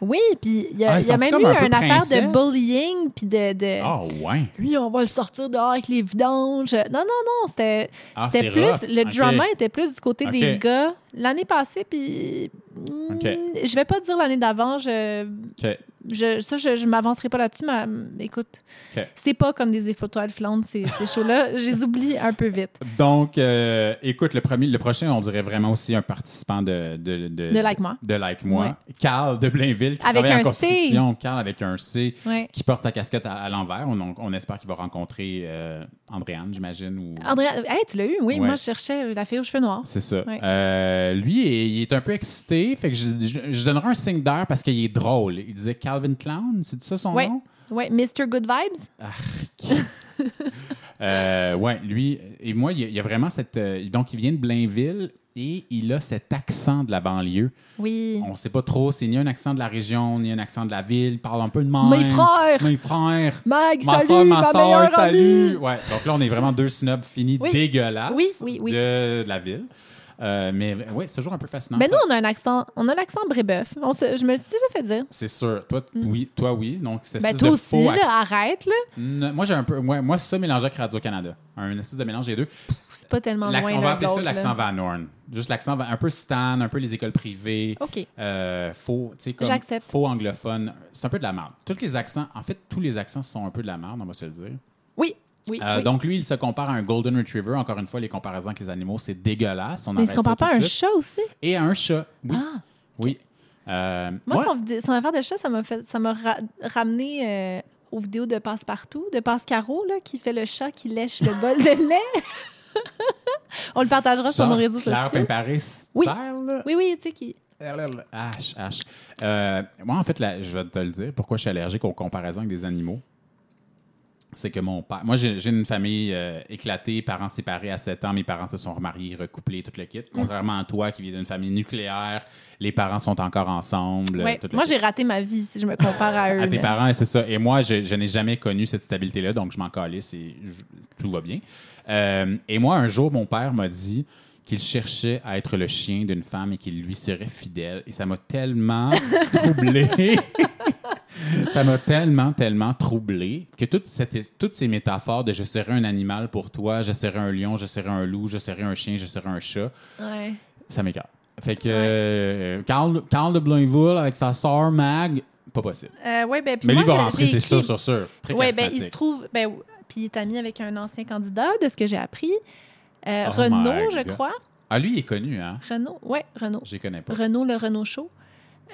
Speaker 3: Oui, puis il y a,
Speaker 2: Ah, ils
Speaker 3: il y a
Speaker 2: sont-ils
Speaker 3: même
Speaker 2: comme
Speaker 3: eu
Speaker 2: un peu
Speaker 3: une affaire de
Speaker 2: princesses?
Speaker 3: bullying, puis de... de-
Speaker 2: Ah, ouais.
Speaker 3: Lui, on va le sortir dehors avec les vidanges. Non, non, non, c'était
Speaker 2: Ah,
Speaker 3: c'était
Speaker 2: c'est
Speaker 3: plus...
Speaker 2: rough.
Speaker 3: Le
Speaker 2: Ok.
Speaker 3: drama était plus du côté des
Speaker 2: Ok.
Speaker 3: gars. L'année passée, puis... hmm,
Speaker 2: Ok.
Speaker 3: Je vais pas dire l'année d'avant, je,
Speaker 2: OK.
Speaker 3: je, ça, je, je m'avancerai pas là-dessus, mais hum, écoute,
Speaker 2: Ok.
Speaker 3: c'est pas comme des étoiles filantes, ces, ces shows-là. Je les oublie un peu vite.
Speaker 2: Donc, euh, écoute, le, premier, le prochain, on dirait vraiment aussi un participant de... De, de,
Speaker 3: De Like Moi.
Speaker 2: De Like Moi.
Speaker 3: Ouais.
Speaker 2: Carl de Blainville, qui
Speaker 3: Avec
Speaker 2: travaille en
Speaker 3: un C.
Speaker 2: construction. Carl avec un C,
Speaker 3: Ouais.
Speaker 2: qui porte sa casquette à, à l'envers. On, on- on espère qu'il va rencontrer euh, Andréane, j'imagine. Ou...
Speaker 3: André, hey, tu l'as eu, oui.
Speaker 2: Ouais.
Speaker 3: Moi, je cherchais la fille aux cheveux noirs.
Speaker 2: C'est ça.
Speaker 3: Ouais.
Speaker 2: Euh, lui, il il est un peu excité. Fait que je, je- je donnerai un signe d'heure parce qu'il est drôle. Il disait Calvin Clown, c'est ça son
Speaker 3: Oui,
Speaker 2: nom?
Speaker 3: ouais, Mr. Good Vibes.
Speaker 2: Euh, ouais, lui et moi, il y a- il y a vraiment cette. euh, donc, il vient de Blainville et il a cet accent de la banlieue.
Speaker 3: Oui.
Speaker 2: On sait pas trop, c'est ni un accent de la région, ni un accent de la ville. Il parle un peu de même.
Speaker 3: Mes frères!
Speaker 2: Mes frères!
Speaker 3: Mag,
Speaker 2: Ma
Speaker 3: salut,
Speaker 2: soeur,
Speaker 3: ma,
Speaker 2: ma soeur,
Speaker 3: meilleure
Speaker 2: salut!
Speaker 3: amie!
Speaker 2: Ouais, donc là, on est vraiment deux snobs finis
Speaker 3: Oui.
Speaker 2: dégueulasses
Speaker 3: Oui, oui, oui.
Speaker 2: De, de la ville. Euh, mais ouais, c'est toujours un peu fascinant.
Speaker 3: Mais Ben, nous, on a un accent, on a l'accent brébeuf. On se- je me suis déjà fait dire.
Speaker 2: C'est sûr. Toi, t- oui. Toi, oui. Donc, c'est
Speaker 3: Mm. Ben, toi aussi, là, arrête, là.
Speaker 2: Moi, j'ai un peu. Moi, moi, ça mélangé avec Radio-Canada. Un espèce de mélange des deux.
Speaker 3: C'est pas tellement
Speaker 2: L'ac-
Speaker 3: loin.
Speaker 2: on
Speaker 3: l'un
Speaker 2: va
Speaker 3: de
Speaker 2: appeler ça
Speaker 3: l'autre,
Speaker 2: l'accent
Speaker 3: là.
Speaker 2: Van Horn. Juste l'accent va- un peu Stan, un peu les écoles privées.
Speaker 3: OK.
Speaker 2: Euh, faux, tu sais, comme
Speaker 3: J'accepte.
Speaker 2: faux anglophone. C'est un peu de la merde. Tous les accents, en fait, tous les accents sont un peu de la merde, on va se le dire.
Speaker 3: Oui, oui.
Speaker 2: Euh,
Speaker 3: oui.
Speaker 2: Donc, lui, il se compare à un Golden Retriever. Encore une fois, les comparaisons avec les animaux, c'est dégueulasse. On
Speaker 3: Mais
Speaker 2: arrête ça
Speaker 3: est-ce qu'on parle
Speaker 2: tout
Speaker 3: pas à
Speaker 2: de
Speaker 3: un
Speaker 2: suite.
Speaker 3: chat aussi?
Speaker 2: Et à un chat. Oui.
Speaker 3: Ah.
Speaker 2: Oui. Euh,
Speaker 3: Moi,
Speaker 2: ouais.
Speaker 3: son, vid- son affaire de chat, ça m'a fait, ça m'a ra- ramené euh, aux vidéos de Passepartout, de Pascaro, là, qui fait le chat qui lèche le bol de lait. on le partagera sur
Speaker 2: Genre
Speaker 3: nos réseaux
Speaker 2: Claire
Speaker 3: sociaux.
Speaker 2: Pimparé
Speaker 3: Oui.
Speaker 2: style, là.
Speaker 3: Oui, oui, tu sais qui.
Speaker 2: H, H. Euh, moi, en fait, la- je vais te le dire, pourquoi je suis allergique aux comparaisons avec des animaux. C'est que mon père. Moi, j'ai j'ai une famille euh, éclatée, parents séparés à 7 ans. Mes parents se sont remariés, recouplés, tout le kit. Contrairement à toi qui viens d'une famille nucléaire, les parents sont encore ensemble.
Speaker 3: Ouais.
Speaker 2: tout le
Speaker 3: Moi,
Speaker 2: kit.
Speaker 3: j'ai raté ma vie si je me compare à eux.
Speaker 2: À tes
Speaker 3: là.
Speaker 2: parents, c'est ça. Et moi, je, je n'ai jamais connu cette stabilité-là, donc je m'en calisse et je- tout va bien. Euh, et moi, un jour, mon père m'a dit qu'il cherchait à être le chien d'une femme et qu'il lui serait fidèle. Et ça m'a tellement troublé. ça m'a tellement, tellement troublé que toute cette- toutes ces métaphores de je serai un animal pour toi, je serai un lion, je serai un loup, je serai un chien, je serai un chat,
Speaker 3: Ouais.
Speaker 2: ça m'écarte. Fait que euh, Carl, Carl de Blainville avec sa sœur Mag, pas possible.
Speaker 3: Euh, ouais, ben, puis
Speaker 2: Mais lui
Speaker 3: moi,
Speaker 2: va
Speaker 3: j'ai-
Speaker 2: rentrer,
Speaker 3: j'ai
Speaker 2: c'est sûr,
Speaker 3: écrit-
Speaker 2: sur sûr. Très
Speaker 3: Ouais, ben, il se
Speaker 2: charismatique.
Speaker 3: trouve. Ben, w- puis il est ami avec un ancien candidat, de ce que j'ai appris. Euh,
Speaker 2: Oh
Speaker 3: Renaud,
Speaker 2: my
Speaker 3: je
Speaker 2: God.
Speaker 3: crois.
Speaker 2: Ah, lui, il est connu, hein?
Speaker 3: Renaud, ouais, Renaud.
Speaker 2: Je les connais pas.
Speaker 3: Renaud, le Renaud Show.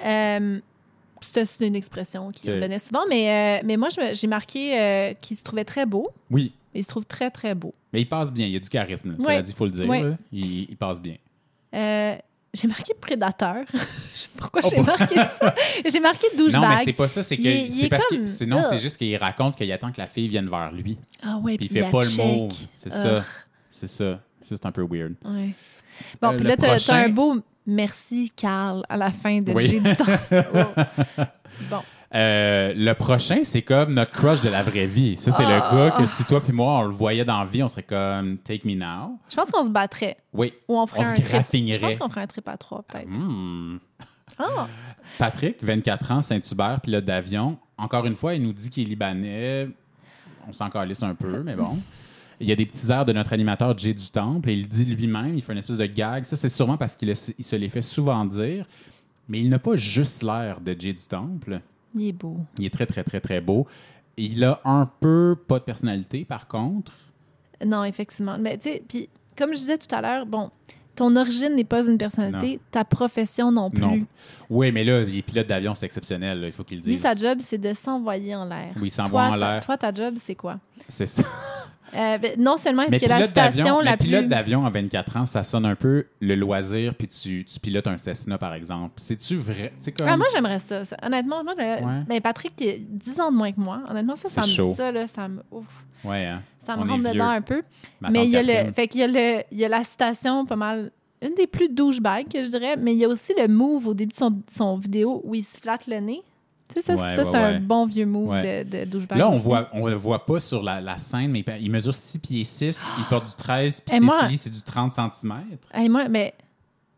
Speaker 3: Euh, c'est c'est une expression qui
Speaker 2: Ok.
Speaker 3: revenait souvent, mais, euh, mais moi, je me- j'ai marqué euh, qu'il se trouvait très beau.
Speaker 2: Oui,
Speaker 3: Il se trouve très, très beau.
Speaker 2: mais il passe bien. Il a du charisme, là.
Speaker 3: Ouais.
Speaker 2: Cela dit, il faut le dire.
Speaker 3: Ouais.
Speaker 2: là. Il, il passe bien.
Speaker 3: Euh, j'ai marqué prédateur. Je sais pas Pourquoi
Speaker 2: Oh,
Speaker 3: j'ai
Speaker 2: bon.
Speaker 3: marqué ça? J'ai marqué
Speaker 2: Non, mais c'est
Speaker 3: douchebag.
Speaker 2: pas ça. C'est
Speaker 3: Il est-
Speaker 2: que
Speaker 3: il
Speaker 2: c'est
Speaker 3: est
Speaker 2: parce
Speaker 3: comme-
Speaker 2: que sinon,
Speaker 3: Ah.
Speaker 2: c'est juste qu'il raconte qu'il attend que la fille vienne vers lui.
Speaker 3: Ah ouais,
Speaker 2: Puis
Speaker 3: puis
Speaker 2: il fait
Speaker 3: la
Speaker 2: pas le
Speaker 3: check.
Speaker 2: mot. C'est
Speaker 3: Ah.
Speaker 2: ça. C'est ça. Ça, C'est un peu weird.
Speaker 3: Ouais. Bon,
Speaker 2: Euh,
Speaker 3: puis
Speaker 2: le
Speaker 3: là, t'as
Speaker 2: prochain-
Speaker 3: t'as un beau merci, Carl, à la fin de
Speaker 2: Oui.
Speaker 3: J'ai du temps. Oh. Bon.
Speaker 2: Euh, le prochain, c'est comme notre crush de la vraie vie. Ça, c'est
Speaker 3: Ah.
Speaker 2: le gars que si toi puis moi, on le voyait dans la vie, on serait comme Take me now.
Speaker 3: Je pense qu'on se battrait.
Speaker 2: Oui.
Speaker 3: Ou on ferait
Speaker 2: On se
Speaker 3: un trip. Je
Speaker 2: graffinerait.
Speaker 3: pense qu'on ferait un trip à trois, peut-être.
Speaker 2: Hmm.
Speaker 3: Ah!
Speaker 2: Patrick, 24 ans, Saint-Hubert, pilote d'avion. Encore une fois, il nous dit qu'il est libanais. On s'en calisse un peu, mais bon. Il y a des petits airs de notre animateur Jay du Temple et il dit lui-même, il fait une espèce de gag. Ça, c'est sûrement parce qu'il le- il se les fait souvent dire. Mais il n'a pas juste l'air de Jay du Temple.
Speaker 3: Il est beau.
Speaker 2: Il est très, très, très, très beau. Il a un peu pas de personnalité, par contre.
Speaker 3: Non, effectivement. Mais tu sais, puis comme je disais tout à l'heure, bon, ton origine n'est pas une personnalité, ta profession non plus.
Speaker 2: Non. Oui, mais là, il est pilote d'avion, c'est exceptionnel. là. Il faut qu'il le
Speaker 3: Lui,
Speaker 2: dise.
Speaker 3: sa job, c'est de s'envoyer en l'air.
Speaker 2: Oui, il s'envoie
Speaker 3: Toi,
Speaker 2: en
Speaker 3: ta-
Speaker 2: l'air.
Speaker 3: Toi, ta job, c'est quoi?
Speaker 2: C'est ça.
Speaker 3: Euh, ben, non seulement est-ce
Speaker 2: Mais
Speaker 3: que la
Speaker 2: pilote d'avion,
Speaker 3: station
Speaker 2: mais
Speaker 3: la plus.
Speaker 2: pilote d'avion à 24 ans, ça sonne un peu le loisir, puis tu, tu pilotes un Cessna, par exemple. C'est-tu vrai? Tu sais, comme...
Speaker 3: Ah, moi, j'aimerais ça, ça. Honnêtement, moi, le-
Speaker 2: Ouais.
Speaker 3: ben, Patrick, il est 10 ans de moins que moi. Honnêtement, ça, ça
Speaker 2: C'est
Speaker 3: me,
Speaker 2: chaud.
Speaker 3: ça, là, ça me, ouf,
Speaker 2: ouais, hein?
Speaker 3: ça me
Speaker 2: On est
Speaker 3: rentre
Speaker 2: vieux.
Speaker 3: dedans un peu.
Speaker 2: Ma
Speaker 3: mais
Speaker 2: tante
Speaker 3: il y, a le,
Speaker 2: Catherine.
Speaker 3: fait qu'il y a le, il y a la citation pas mal, une des plus douchebags que je dirais, mais il y a aussi le move au début de son, de son vidéo où il se flatte le nez. Tu sais, ça,
Speaker 2: Ouais, ouais,
Speaker 3: ça c'est
Speaker 2: ouais.
Speaker 3: un bon vieux move
Speaker 2: Ouais.
Speaker 3: de, de douchebag.
Speaker 2: Là, on
Speaker 3: aussi.
Speaker 2: voit, on le voit pas sur la, la scène, mais il pa- il mesure 6 pieds 6, il porte du 13, puis
Speaker 3: Et
Speaker 2: ses
Speaker 3: moi-
Speaker 2: souliers, c'est du 30 cm.
Speaker 3: Hey, moi, mais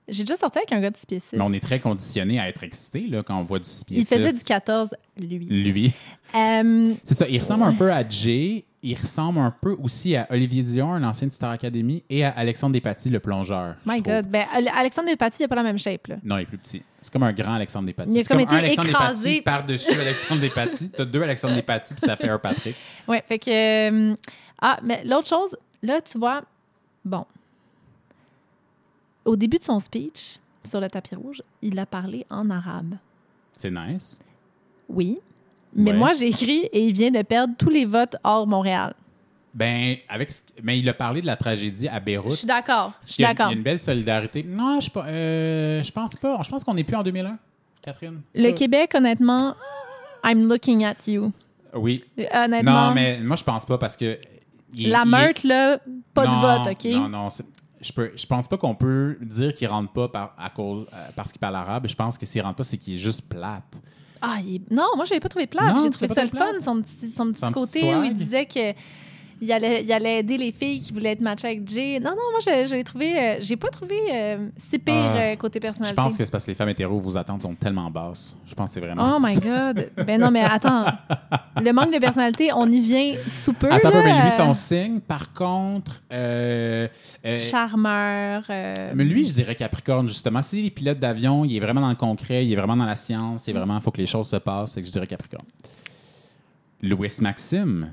Speaker 3: j'ai déjà sorti avec un gars de 6 pieds six.
Speaker 2: Mais on est très conditionné à être excité là, quand on voit du 6 pieds
Speaker 3: Il
Speaker 2: 6.
Speaker 3: faisait du 14, lui.
Speaker 2: Lui.
Speaker 3: Euh,
Speaker 2: C'est ça, il ressemble un peu à Jay, il ressemble un peu aussi à Olivier Dion, l'ancien de Star Academy, et à Alexandre Despatie, le plongeur. je
Speaker 3: my
Speaker 2: trouve.
Speaker 3: God. Ben, Ale- Alexandre Despatie, il n'a pas la même shape. Là.
Speaker 2: Non, il est plus petit. C'est comme un grand Alexandre Despatie.
Speaker 3: Il a
Speaker 2: C'est
Speaker 3: comme
Speaker 2: un
Speaker 3: été
Speaker 2: Alexandre
Speaker 3: écrasé.
Speaker 2: Despatie par-dessus Alexandre Despatie. T'as deux Alexandre Despatie, puis ça fait un Patrick.
Speaker 3: Ouais, fait que. euh, ah, mais l'autre chose, là, tu vois, bon. Au début de son speech, sur le tapis rouge, il a parlé en arabe.
Speaker 2: C'est nice.
Speaker 3: Oui. Mais
Speaker 2: Ouais.
Speaker 3: moi, j'ai écrit et il vient de perdre tous les votes hors Montréal.
Speaker 2: Ben, avec, ce- mais il a parlé de la tragédie à Beyrouth.
Speaker 3: Je suis d'accord. Je
Speaker 2: Parce
Speaker 3: suis
Speaker 2: qu'il y a-
Speaker 3: d'accord.
Speaker 2: Il y a une belle solidarité. Non, je, pas- euh, je pense pas. Je pense qu'on n'est plus en 2001, Catherine.
Speaker 3: Le
Speaker 2: Ça-
Speaker 3: Québec, honnêtement, I'm looking at you. Euh,
Speaker 2: Oui.
Speaker 3: Honnêtement,
Speaker 2: Non, mais moi, je pense pas parce que. il-
Speaker 3: la
Speaker 2: il-
Speaker 3: meute, là, pas
Speaker 2: Non,
Speaker 3: de vote, OK?
Speaker 2: Non, non. c'est- Je, peux, je pense pas qu'on peut dire qu'il rentre pas par, à cause, euh, parce qu'il parle arabe. Je pense que s'il rentre pas, c'est qu'il est juste plate.
Speaker 3: Ah, il est- non, moi, je l'ai pas trouvé plate.
Speaker 2: Non, tu
Speaker 3: J'ai trouvé
Speaker 2: l'as
Speaker 3: ça
Speaker 2: pas
Speaker 3: le
Speaker 2: trouvé
Speaker 3: fun, son petit, son petit
Speaker 2: Son petit
Speaker 3: côté où
Speaker 2: swag.
Speaker 3: il disait que. Il allait, il allait aider les filles qui voulaient être matchées avec Jay. Non, non, moi, je, je l'ai trouvé. euh, j'ai pas trouvé euh, si pire
Speaker 2: Ah,
Speaker 3: euh, côté
Speaker 2: Je
Speaker 3: personnalité.
Speaker 2: pense que c'est parce que les femmes hétéros, vos attentes sont tellement basses. Je pense que c'est vraiment.
Speaker 3: Oh my
Speaker 2: ça.
Speaker 3: God! Ben non, mais attends. le manque de personnalité, on y vient sous peu.
Speaker 2: Attends un peu,
Speaker 3: là.
Speaker 2: mais lui, son signe, par contre. euh, euh,
Speaker 3: Charmeur. euh,
Speaker 2: mais lui, je dirais Capricorne, justement. Si les pilotes d'avion, il est vraiment dans le concret, il est vraiment dans la science, il est vraiment, faut que les choses se passent, c'est que je dirais Capricorne. Louis Maxime,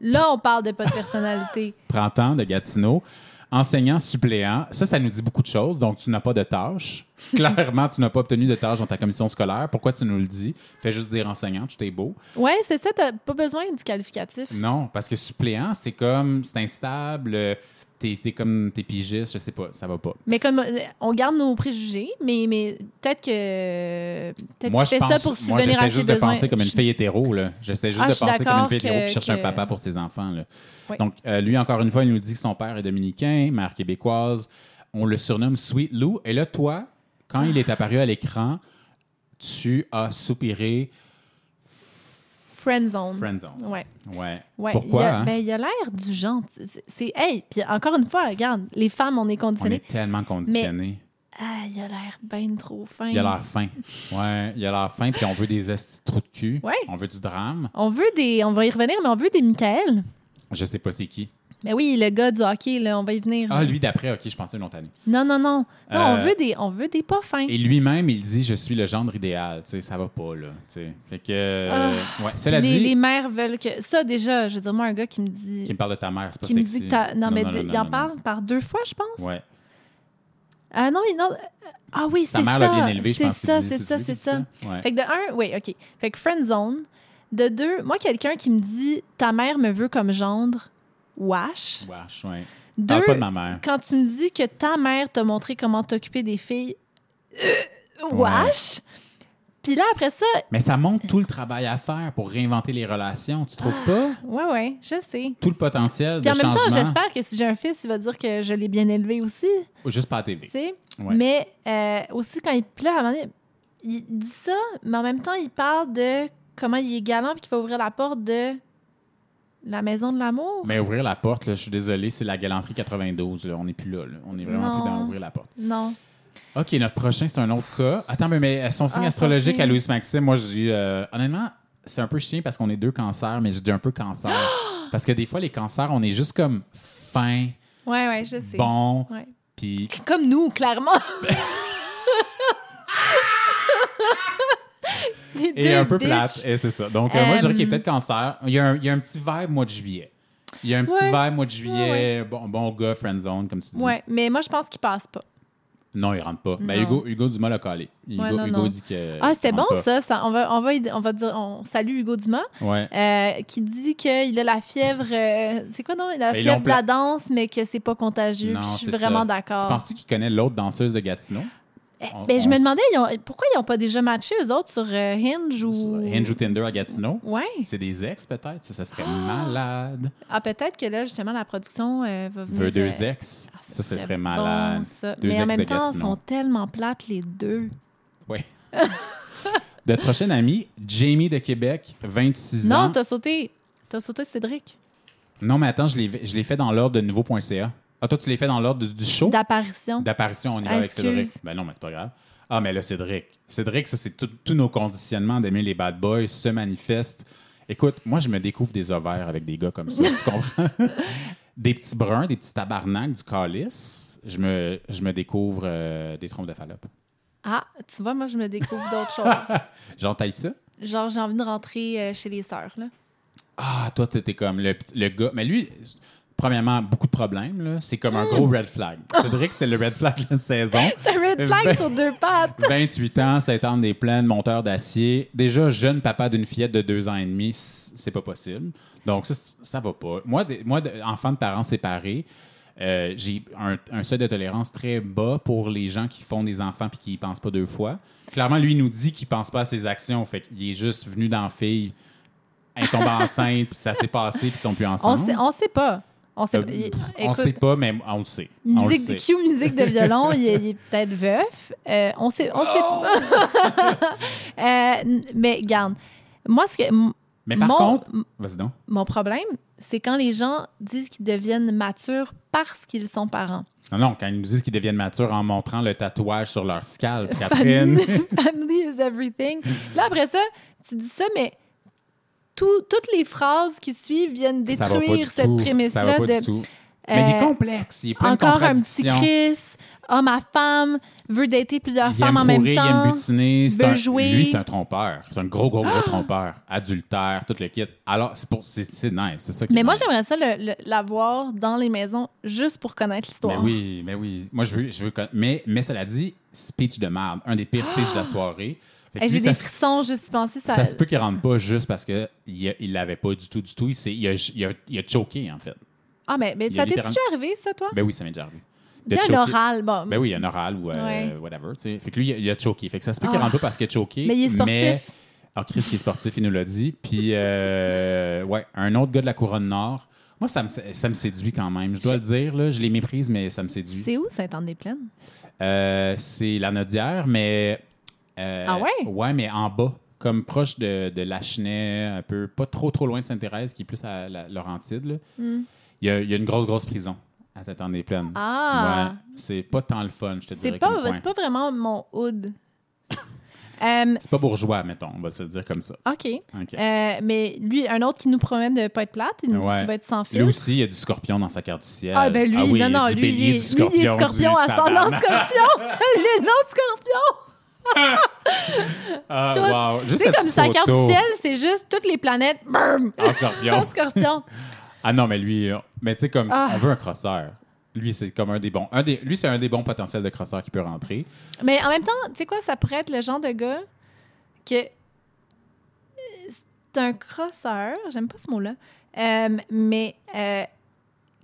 Speaker 3: Là, on parle de pas de personnalité.
Speaker 2: 30 ans de Gatineau, enseignant suppléant. Ça, ça nous dit beaucoup de choses. Donc, tu n'as pas de tâche. Clairement, tu n'as pas obtenu de tâche dans ta commission scolaire. Pourquoi tu nous le dis? Fais juste dire enseignant, tout est beau.
Speaker 3: Ouais, c'est ça, t'as pas besoin du qualificatif.
Speaker 2: Non, parce que suppléant, c'est comme, c'est instable. euh, T'es t'es comme, t'es pigiste, je sais pas, ça va pas.
Speaker 3: Mais comme euh, on garde nos préjugés, mais, mais peut-être que. Peut-être
Speaker 2: Moi,
Speaker 3: qu'il
Speaker 2: je
Speaker 3: fait
Speaker 2: pense,
Speaker 3: ça pour
Speaker 2: moi,
Speaker 3: subvenir
Speaker 2: j'essaie
Speaker 3: à ses
Speaker 2: juste de
Speaker 3: besoins.
Speaker 2: penser comme une
Speaker 3: Je-
Speaker 2: fille hétéro, là. J'essaie juste
Speaker 3: Ah,
Speaker 2: de
Speaker 3: je suis
Speaker 2: penser comme une
Speaker 3: d'accord
Speaker 2: fille hétéro
Speaker 3: que-
Speaker 2: qui cherche
Speaker 3: que-
Speaker 2: un papa pour ses enfants, là.
Speaker 3: Oui.
Speaker 2: Donc, euh, lui, encore une fois, il nous dit que son père est dominicain, mère québécoise. On le surnomme Sweet Lou. Et là, toi, quand il est apparu à l'écran, tu as soupiré
Speaker 3: Friend zone.
Speaker 2: Friendzone.
Speaker 3: Ouais,
Speaker 2: Ouais.
Speaker 3: ouais.
Speaker 2: Pourquoi?
Speaker 3: Il a,
Speaker 2: hein?
Speaker 3: ben, il a l'air du genre. C'est, c'est- hey, puis encore une fois, regarde, les femmes, on est
Speaker 2: On
Speaker 3: conditionnées.
Speaker 2: est tellement conditionnés.
Speaker 3: Ah, il a l'air bien trop fin.
Speaker 2: Il a l'air fin. Ouais, il a l'air fin, puis on veut des estis de trous de cul.
Speaker 3: Ouais.
Speaker 2: On veut du drame.
Speaker 3: On veut des. On va y revenir, mais on veut des Michael.
Speaker 2: Je sais pas c'est qui.
Speaker 3: Ben oui, le gars du hockey, là, on va y venir.
Speaker 2: Ah, lui d'après, ok, je pensais une autre année.
Speaker 3: Non, non, non. Non, on
Speaker 2: Euh,
Speaker 3: veut des, on veut des pas fins.
Speaker 2: Et lui-même, il dit Je suis le gendre idéal. Tu sais, ça va pas, là. Tu sais. Fait que. euh, ouais. Cela
Speaker 3: Ah. les,
Speaker 2: dit,
Speaker 3: les mères veulent que. Ça, déjà, je veux dire, moi, un gars qui me dit.
Speaker 2: qui me parle de ta mère, c'est pas
Speaker 3: qui me
Speaker 2: sexy.
Speaker 3: dit que t'as. Non, mais de- il
Speaker 2: non,
Speaker 3: en
Speaker 2: non.
Speaker 3: parle par deux fois, je pense.
Speaker 2: Ouais.
Speaker 3: Ah non, il- non. euh, Ah oui,
Speaker 2: Sa
Speaker 3: c'est
Speaker 2: mère
Speaker 3: ça.
Speaker 2: l'a bien élevé, je
Speaker 3: c'est
Speaker 2: pense.
Speaker 3: ça,
Speaker 2: qu'il dit.
Speaker 3: c'est ça,
Speaker 2: lui qui
Speaker 3: c'est
Speaker 2: dit
Speaker 3: ça.
Speaker 2: Ouais.
Speaker 3: Fait que de un, oui, OK. Fait que friend zone. De deux, moi, quelqu'un qui me dit ta mère me veut comme gendre, wesh.
Speaker 2: Wesh, ouais.
Speaker 3: Deux,
Speaker 2: Parle pas de ma mère.
Speaker 3: quand tu me dis que ta mère t'a montré comment t'occuper des filles, euh, wesh. Puis là, après ça,
Speaker 2: Mais ça montre tout le travail à faire pour réinventer les relations, tu trouves pas?
Speaker 3: ouais, ouais, je sais.
Speaker 2: Tout le potentiel
Speaker 3: Ah. Puis
Speaker 2: de
Speaker 3: en même temps,
Speaker 2: changement.
Speaker 3: j'espère que si j'ai un fils, il va dire que je l'ai bien élevé aussi,
Speaker 2: Ou Juste pas à la TV.
Speaker 3: tu sais.
Speaker 2: Ouais.
Speaker 3: Mais euh, aussi, quand il pleure, à un moment donné, il dit ça, mais en même temps, il parle de comment il est galant puis qu'il va ouvrir la porte de la maison de l'amour.
Speaker 2: Mais ouvrir la porte, là, je suis désolé, c'est la galanterie 92. là. On n'est plus là, là. On est vraiment
Speaker 3: Non.
Speaker 2: plus dans ouvrir la porte.
Speaker 3: Non.
Speaker 2: OK, notre prochain, c'est un autre cas. Attends, mais, mais son signe
Speaker 3: Ah, son
Speaker 2: astrologique
Speaker 3: signe.
Speaker 2: à Louis Maxime, moi, je dis. euh, honnêtement, c'est un peu chien parce qu'on est deux cancers, mais je dis un peu cancer. parce que des fois, les cancers, on est juste comme fin,
Speaker 3: Ouais, ouais, je sais.
Speaker 2: bon,
Speaker 3: Ouais.
Speaker 2: puis.
Speaker 3: Comme nous, clairement. Les
Speaker 2: Et
Speaker 3: deux
Speaker 2: un peu
Speaker 3: bitches.
Speaker 2: plate. Et c'est ça. Donc, euh, moi, je dirais qu'il est peut-être cancer. Il y, a un, il y a un petit vibe mois de juillet. Il y a un petit
Speaker 3: Ouais.
Speaker 2: vibe mois de juillet, bon, bon gars, friend zone, comme tu dis.
Speaker 3: Ouais, mais moi, je pense qu'il passe pas.
Speaker 2: Non, il rentre pas. Ben,
Speaker 3: Non.
Speaker 2: Hugo, Hugo Dumas l'a calé. Hugo,
Speaker 3: Ouais, non,
Speaker 2: Hugo
Speaker 3: non.
Speaker 2: dit que.
Speaker 3: Ah, c'était
Speaker 2: il
Speaker 3: bon,
Speaker 2: rentre
Speaker 3: ça. ça. On, va, on, va, y- on va dire. On salue Hugo Dumas,
Speaker 2: pas. Ouais.
Speaker 3: euh, qui dit qu'il a la fièvre. euh, c'est quoi, non? Il a la
Speaker 2: Ben, ils l'ont
Speaker 3: fièvre de
Speaker 2: pla-
Speaker 3: la danse, mais que c'est pas contagieux.
Speaker 2: Non,
Speaker 3: puis je suis
Speaker 2: c'est ça.
Speaker 3: vraiment
Speaker 2: Tu
Speaker 3: d'accord.
Speaker 2: penses qu'il connaît l'autre danseuse de Gatineau?
Speaker 3: Eh,
Speaker 2: on-
Speaker 3: ben, je
Speaker 2: on
Speaker 3: me
Speaker 2: s-
Speaker 3: demandais ils ont- pourquoi ils n'ont pas déjà matché, eux autres, sur euh, Hinge ou.
Speaker 2: Hinge ou Tinder à Gatineau?
Speaker 3: Ouais.
Speaker 2: C'est des ex, peut-être? Ça, ça serait malade.
Speaker 3: Ah, peut-être que là, justement, la production euh, va venir.
Speaker 2: Veut deux
Speaker 3: euh,
Speaker 2: ex.
Speaker 3: ah,
Speaker 2: ça, ça serait
Speaker 3: bon,
Speaker 2: malade.
Speaker 3: ça.
Speaker 2: Deux
Speaker 3: Mais
Speaker 2: ex
Speaker 3: en
Speaker 2: de
Speaker 3: même temps, ils
Speaker 2: Gatineau.
Speaker 3: sont tellement plates, les deux.
Speaker 2: Notre prochaine amie, Jamie de Québec, 26
Speaker 3: Non,
Speaker 2: ans.
Speaker 3: t'as sauté. T'as sauté Cédric.
Speaker 2: Non, mais attends, je l'ai je l'ai fait dans l'ordre de nouveau.ca. Ah, toi, tu l'as fait dans l'ordre du, du show?
Speaker 3: D'apparition.
Speaker 2: D'apparition, on y va
Speaker 3: Ah,
Speaker 2: avec Cédric.
Speaker 3: excuse.
Speaker 2: Ben non, mais c'est pas grave. Ah, mais là, Cédric. Cédric, ça, c'est tout- tous nos conditionnements d'aimer les bad boys se manifestent. Écoute, moi, je me découvre des ovaires avec des gars comme ça, tu comprends? des petits bruns, des petits tabarnaks du calice. Je me, je me découvre euh, des trompes de fallope.
Speaker 3: Ah, tu vois, moi, je me découvre d'autres choses.
Speaker 2: J'entaille ça.
Speaker 3: Genre, j'ai envie de rentrer euh, chez les sœurs, là.
Speaker 2: Ah, toi, t'étais comme le, petit- le gars. Mais lui, premièrement, beaucoup de problèmes. là. C'est comme un
Speaker 3: Mm.
Speaker 2: gros red flag. Cédric, c'est le red flag de la saison.
Speaker 3: T'as un red flag
Speaker 2: Ben-
Speaker 3: sur deux pattes.
Speaker 2: 28 ans, Saint-Anne des Plaines, monteur d'acier. Déjà jeune papa d'une fillette de deux ans et demi, c- c'est pas possible. Donc ça, c- ça va pas. Moi, des- moi de- enfant de parents séparés, euh, j'ai un, un seuil de tolérance très bas pour les gens qui font des enfants puis qui y pensent pas deux fois. Clairement, lui il nous dit qu'il pense pas à ses actions, fait qu'il est juste venu dans fille, elle tombe enceinte puis ça s'est passé puis ils sont plus
Speaker 3: On
Speaker 2: ensemble.
Speaker 3: sait, on sait pas. On sait
Speaker 2: Euh,
Speaker 3: pas. Il-
Speaker 2: on
Speaker 3: Écoute,
Speaker 2: sait pas, mais on le sait. On le
Speaker 3: musique,
Speaker 2: sait.
Speaker 3: cue musique de violon, il est, il est peut-être veuf. Euh, on sait, on sait
Speaker 2: Oh!
Speaker 3: pas. Euh, n- mais garde, moi, ce que, m-
Speaker 2: Mais par
Speaker 3: mon,
Speaker 2: contre,
Speaker 3: m-
Speaker 2: vas-y donc.
Speaker 3: mon problème, c'est quand les gens disent qu'ils deviennent matures parce qu'ils sont parents.
Speaker 2: Non, non, quand ils nous disent qu'ils deviennent matures en montrant le tatouage sur leur scalp, Catherine.
Speaker 3: Family is everything. Là, après ça, tu dis ça, mais tout- toutes les phrases qui suivent viennent
Speaker 2: ça va pas du
Speaker 3: détruire cette
Speaker 2: tout. Ça va
Speaker 3: prémisse-là.
Speaker 2: pas
Speaker 3: de
Speaker 2: du tout. Mais il est
Speaker 3: euh,
Speaker 2: complexe, il est plein de
Speaker 3: Encore un petit
Speaker 2: contradictions.
Speaker 3: Chris, homme à femme, veut dater plusieurs
Speaker 2: il aime
Speaker 3: femmes en
Speaker 2: fourrer,
Speaker 3: même
Speaker 2: il aime
Speaker 3: temps.
Speaker 2: butiner. c'est
Speaker 3: veut
Speaker 2: un-
Speaker 3: jouer. Ah!
Speaker 2: Lui, c'est un trompeur. C'est un gros, gros, gros trompeur. Adultère, tout le kit. Alors, c'est pour- c'est c'est nice, c'est ça qui est
Speaker 3: Mais moi,
Speaker 2: nice.
Speaker 3: j'aimerais ça le- le- l'avoir dans les maisons juste pour connaître l'histoire.
Speaker 2: Mais Ben oui, mais oui. Moi, je veux. Je veux con- mais, mais cela dit, speech de merde. Un des pires speeches de la soirée. Fait que
Speaker 3: Ah! Hey,
Speaker 2: lui,
Speaker 3: J'ai
Speaker 2: ça
Speaker 3: des
Speaker 2: se-
Speaker 3: frissons juste d'y penser. Ça,
Speaker 2: Ça se peut qu'il rentre pas juste parce qu'il il l'avait pas du tout, du tout. Il, s'est- il, a, il, a, il a choqué, en fait.
Speaker 3: Ah, mais, mais
Speaker 2: Il y a
Speaker 3: ça t'est
Speaker 2: littéralement-
Speaker 3: déjà arrivé, ça, toi?
Speaker 2: Ben oui, ça m'est déjà arrivé. De
Speaker 3: Dis un
Speaker 2: choquer-
Speaker 3: oral, bon.
Speaker 2: Ben oui, un oral ou euh,
Speaker 3: Ouais.
Speaker 2: whatever. tu sais. Fait que lui, il a- il a choqué. Fait que ça se peut qu'il
Speaker 3: Ah.
Speaker 2: rentre pas parce qu'il a choqué.
Speaker 3: Mais il est sportif.
Speaker 2: Ah, Chris, qui est sportif, il nous l'a dit. Puis, euh, ouais, un autre gars de la Couronne Nord. Moi, ça me, ça me séduit quand même. Je dois le dire, là, je les méprise, mais ça me séduit.
Speaker 3: C'est où, Saint-Anne-des-Plaines?
Speaker 2: Euh, c'est la Nodière, mais. euh,
Speaker 3: Ah ouais?
Speaker 2: Ouais, mais en bas, comme proche de, de Lachenay, un peu, pas trop, trop loin de Sainte-Thérèse, qui est plus à la Laurentide. là. Il y, a, il y a une grosse, grosse prison à cette année plaine.
Speaker 3: Hmm. Ah!
Speaker 2: c'est pas tant le fun, je te
Speaker 3: C'est
Speaker 2: dirais.
Speaker 3: pas, ben,
Speaker 2: comme coin.
Speaker 3: c'est pas vraiment mon hood. Euh,
Speaker 2: C'est pas bourgeois, mettons, on va se le dire comme ça.
Speaker 3: OK.
Speaker 2: OK.
Speaker 3: Euh, mais lui, un autre qui nous promet de pas être plate, il nous dit
Speaker 2: Ouais.
Speaker 3: qu'il va être sans
Speaker 2: Lui
Speaker 3: fil.
Speaker 2: aussi, il y a du scorpion dans sa carte du ciel.
Speaker 3: Ah, ben lui,
Speaker 2: Euh, oui,
Speaker 3: non, non,
Speaker 2: du
Speaker 3: lui,
Speaker 2: bélier,
Speaker 3: il
Speaker 2: du
Speaker 3: est, lui, il est scorpion,
Speaker 2: du
Speaker 3: ascendant
Speaker 2: tabarnak.
Speaker 3: scorpion. lui, non, scorpion.
Speaker 2: Ah, wow. Juste cette
Speaker 3: Tu sais, comme
Speaker 2: petite
Speaker 3: sa carte du
Speaker 2: photo
Speaker 3: ciel, c'est juste toutes les planètes. Brrm,
Speaker 2: En scorpion.
Speaker 3: en scorpion.
Speaker 2: Ah non, mais lui, euh, mais tu sais, comme
Speaker 3: Ah.
Speaker 2: on veut un crosseur. Lui, c'est comme un des bons. Un des, lui, c'est un des bons potentiels de crosseur qui peut rentrer.
Speaker 3: Mais en même temps, tu sais quoi, ça pourrait être le genre de gars que. C'est un crosseur, j'aime pas ce mot-là, euh, mais euh,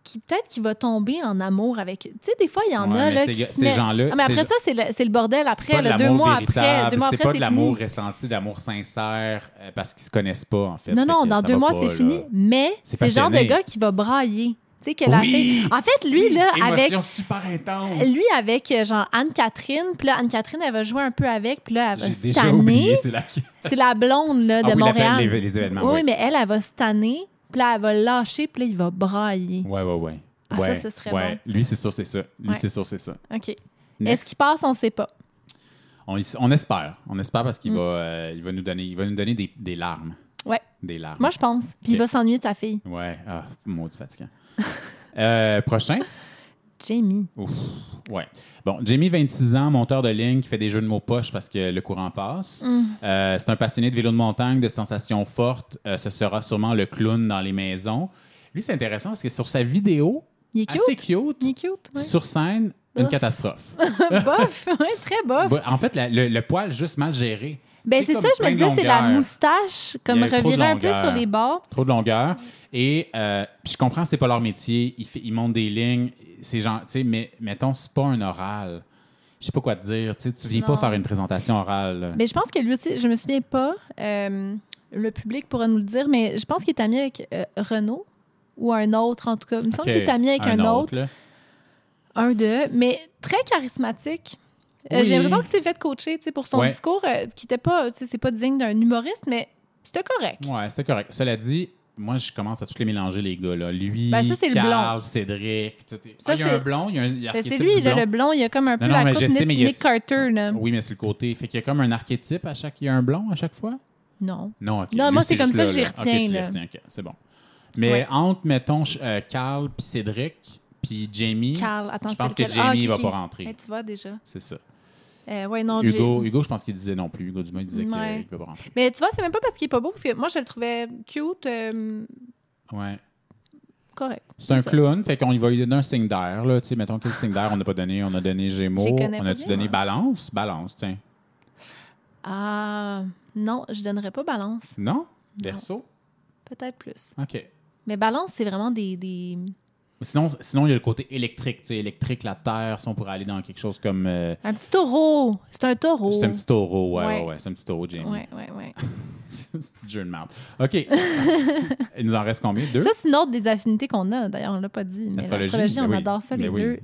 Speaker 3: qui peut-être qu'il va tomber en amour avec. Tu sais, des fois, il y en
Speaker 2: Ouais,
Speaker 3: a
Speaker 2: mais
Speaker 3: là,
Speaker 2: ces
Speaker 3: qui
Speaker 2: gars-
Speaker 3: se
Speaker 2: ces
Speaker 3: met-
Speaker 2: gens-là,
Speaker 3: Ah, mais après
Speaker 2: ces-
Speaker 3: ça, c'est le, c'est le bordel
Speaker 2: C'est pas
Speaker 3: après,
Speaker 2: de
Speaker 3: là, deux
Speaker 2: l'amour
Speaker 3: mois
Speaker 2: véritable,
Speaker 3: après. Deux mois
Speaker 2: c'est
Speaker 3: après,
Speaker 2: pas
Speaker 3: c'est
Speaker 2: de l'amour
Speaker 3: fini.
Speaker 2: ressenti, de l'amour sincère, euh, parce qu'ils se connaissent pas, en fait.
Speaker 3: Non,
Speaker 2: Fait
Speaker 3: non,
Speaker 2: que
Speaker 3: dans
Speaker 2: ça
Speaker 3: deux
Speaker 2: va
Speaker 3: mois,
Speaker 2: pas,
Speaker 3: c'est
Speaker 2: là.
Speaker 3: fini. Mais
Speaker 2: C'est
Speaker 3: c'est le genre de
Speaker 2: passionné.
Speaker 3: gars qui va brailler. Tu sais, qu'elle a
Speaker 2: Oui!
Speaker 3: fait. En fait, lui, là, avec.
Speaker 2: Émotion super intense.
Speaker 3: Lui, avec, euh, genre, Anne-Catherine. Puis là, Anne-Catherine, elle va jouer un peu avec. Puis là, elle va
Speaker 2: J'ai
Speaker 3: se
Speaker 2: déjà
Speaker 3: tanner.
Speaker 2: oublié, c'est la.
Speaker 3: C'est la blonde là,
Speaker 2: Ah
Speaker 3: de
Speaker 2: oui,
Speaker 3: euh, Montréal.
Speaker 2: l'appel, les- les événements,
Speaker 3: Oui,
Speaker 2: oui.
Speaker 3: mais elle, elle va se tanner, puis là, elle va lâcher, puis là, il va brailler.
Speaker 2: Ouais, ouais, ouais.
Speaker 3: Ah, ça,
Speaker 2: Ouais,
Speaker 3: ce serait
Speaker 2: ouais. Lui, c'est sûr, c'est ça. Lui,
Speaker 3: Ouais.
Speaker 2: c'est sûr, c'est ça.
Speaker 3: OK.
Speaker 2: Next.
Speaker 3: Est-ce qu'il passe? On ne sait pas.
Speaker 2: On, y- on espère. On espère parce qu'il va, euh, il va nous donner, il va nous donner des, des larmes.
Speaker 3: Mm. Ouais.
Speaker 2: Des larmes.
Speaker 3: Moi, je pense. Puis il
Speaker 2: Ok.
Speaker 3: va s'ennuyer de sa fille,
Speaker 2: Ouais. Ah, maudit fatigant. Euh, prochain.
Speaker 3: Jamie.
Speaker 2: Ouf. Ouais. Bon, Jamie, 26 ans, monteur de ligne qui fait des jeux de mots poche parce que le courant passe.
Speaker 3: Mm.
Speaker 2: Euh, c'est un passionné de vélo de montagne, de sensations fortes. Euh, ce sera sûrement le clown dans les maisons. Lui, c'est intéressant parce que sur sa vidéo,
Speaker 3: Il est cute.
Speaker 2: assez cute,
Speaker 3: Il est cute, ouais.
Speaker 2: sur scène, Une catastrophe.
Speaker 3: bof, ouais, très bof.
Speaker 2: Bah, En fait, la- le, le poil juste mal géré.
Speaker 3: ben,
Speaker 2: Tu sais,
Speaker 3: c'est
Speaker 2: comme
Speaker 3: ça, je me
Speaker 2: plein de
Speaker 3: disais, c'est la
Speaker 2: longueurs.
Speaker 3: moustache, comme
Speaker 2: Il y a trop de
Speaker 3: revirer un peu
Speaker 2: longueur.
Speaker 3: sur les bords.
Speaker 2: Trop de longueur. Et euh, puis je comprends, c'est pas leur métier. Ils, fait- ils montent des lignes. C'est genre, tu sais, mais mettons, c'est pas un oral. Je sais pas quoi te dire. Tu sais, tu viens
Speaker 3: Non.
Speaker 2: pas faire une présentation orale. là.
Speaker 3: Mais Ben, je pense que lui aussi, je me souviens pas, euh, le public pourra nous le dire, mais je pense qu'il est ami avec euh, Renaud ou un autre, en tout cas. Il me semble
Speaker 2: Ok.
Speaker 3: qu'il est ami avec un, autre,
Speaker 2: là.
Speaker 3: un d'eux, mais très charismatique. Euh,
Speaker 2: Oui.
Speaker 3: J'ai l'impression que c'est fait coacher tu sais, pour son
Speaker 2: Ouais.
Speaker 3: discours, euh, qui était pas, tu sais, c'est pas digne d'un humoriste, mais c'était correct.
Speaker 2: Ouais, c'était correct. Cela dit, moi, je commence à tous les mélanger, les gars. Là. Lui,
Speaker 3: Ben, ça, c'est le
Speaker 2: Carl, Cédric. tout est-
Speaker 3: Ça,
Speaker 2: Ah, il y a
Speaker 3: c'est-
Speaker 2: un blond, il y a un il y a
Speaker 3: Ben, c'est
Speaker 2: l'archétype
Speaker 3: lui,
Speaker 2: du
Speaker 3: là,
Speaker 2: blond.
Speaker 3: le blond, il a comme un peu
Speaker 2: Non, non,
Speaker 3: la
Speaker 2: mais
Speaker 3: coupe
Speaker 2: je sais,
Speaker 3: Nick,
Speaker 2: mais il y a- Oh.
Speaker 3: Nick Carter. là.
Speaker 2: Oui, mais c'est le côté. Fait qu'il y a comme un archétype à chaque. Il y a un blond à chaque fois?
Speaker 3: Non.
Speaker 2: Non, ok.
Speaker 3: Non,
Speaker 2: Lui,
Speaker 3: moi, c'est comme
Speaker 2: juste
Speaker 3: ça que
Speaker 2: là.
Speaker 3: j'y
Speaker 2: Ok,
Speaker 3: retiens,
Speaker 2: tu les
Speaker 3: là.
Speaker 2: retiens, ok, c'est bon. Mais
Speaker 3: Ouais.
Speaker 2: entre, mettons, je- euh, Carl, puis Cédric, puis Jamie,
Speaker 3: Carl, attends,
Speaker 2: je
Speaker 3: c'est
Speaker 2: pense que
Speaker 3: lequel? Ah,
Speaker 2: Jamie
Speaker 3: ok,
Speaker 2: va
Speaker 3: ok.
Speaker 2: pas rentrer.
Speaker 3: Eh, tu vois déjà.
Speaker 2: C'est ça.
Speaker 3: Euh, ouais, non, j'ai-
Speaker 2: Hugo, Hugo, je pense qu'il disait non plus. Hugo Dumas, il disait
Speaker 3: Ouais.
Speaker 2: qu'il ne va pas rentrer.
Speaker 3: Mais tu vois, c'est même pas parce qu'il est pas beau, parce que moi, je le trouvais cute, euh,
Speaker 2: Ouais.
Speaker 3: correct.
Speaker 2: C'est un
Speaker 3: ça.
Speaker 2: clown, fait qu'on y va lui donner un signe d'air. Là. Tu sais, mettons, quel signe d'air on n'a pas donné? On a donné Gémeaux.
Speaker 3: J'y connais
Speaker 2: On
Speaker 3: pas
Speaker 2: a-tu
Speaker 3: bien,
Speaker 2: donné
Speaker 3: moi.
Speaker 2: Balance? Balance, tiens.
Speaker 3: Ah, non, je donnerais pas balance.
Speaker 2: Non? Verso?
Speaker 3: Peut-être plus.
Speaker 2: OK.
Speaker 3: Mais balance, c'est vraiment des. des...
Speaker 2: Sinon, sinon, il y a le côté électrique. Tu sais, électrique, la Terre, si on pourrait aller dans quelque chose comme... euh,
Speaker 3: Un petit taureau. C'est un taureau.
Speaker 2: C'est un petit taureau, ouais,
Speaker 3: Oh. Ouais.
Speaker 2: ouais, ouais, c'est un petit taureau, Jamie.
Speaker 3: Ouais, ouais, ouais.
Speaker 2: c'est un petit jeu de merde. OK. il nous en reste combien? Deux?
Speaker 3: Ça, c'est une autre des affinités qu'on a. D'ailleurs, on l'a pas dit. Mais
Speaker 2: L'astrologie,
Speaker 3: l'astrologie, on
Speaker 2: ben oui.
Speaker 3: adore ça, les
Speaker 2: Ben oui.
Speaker 3: deux.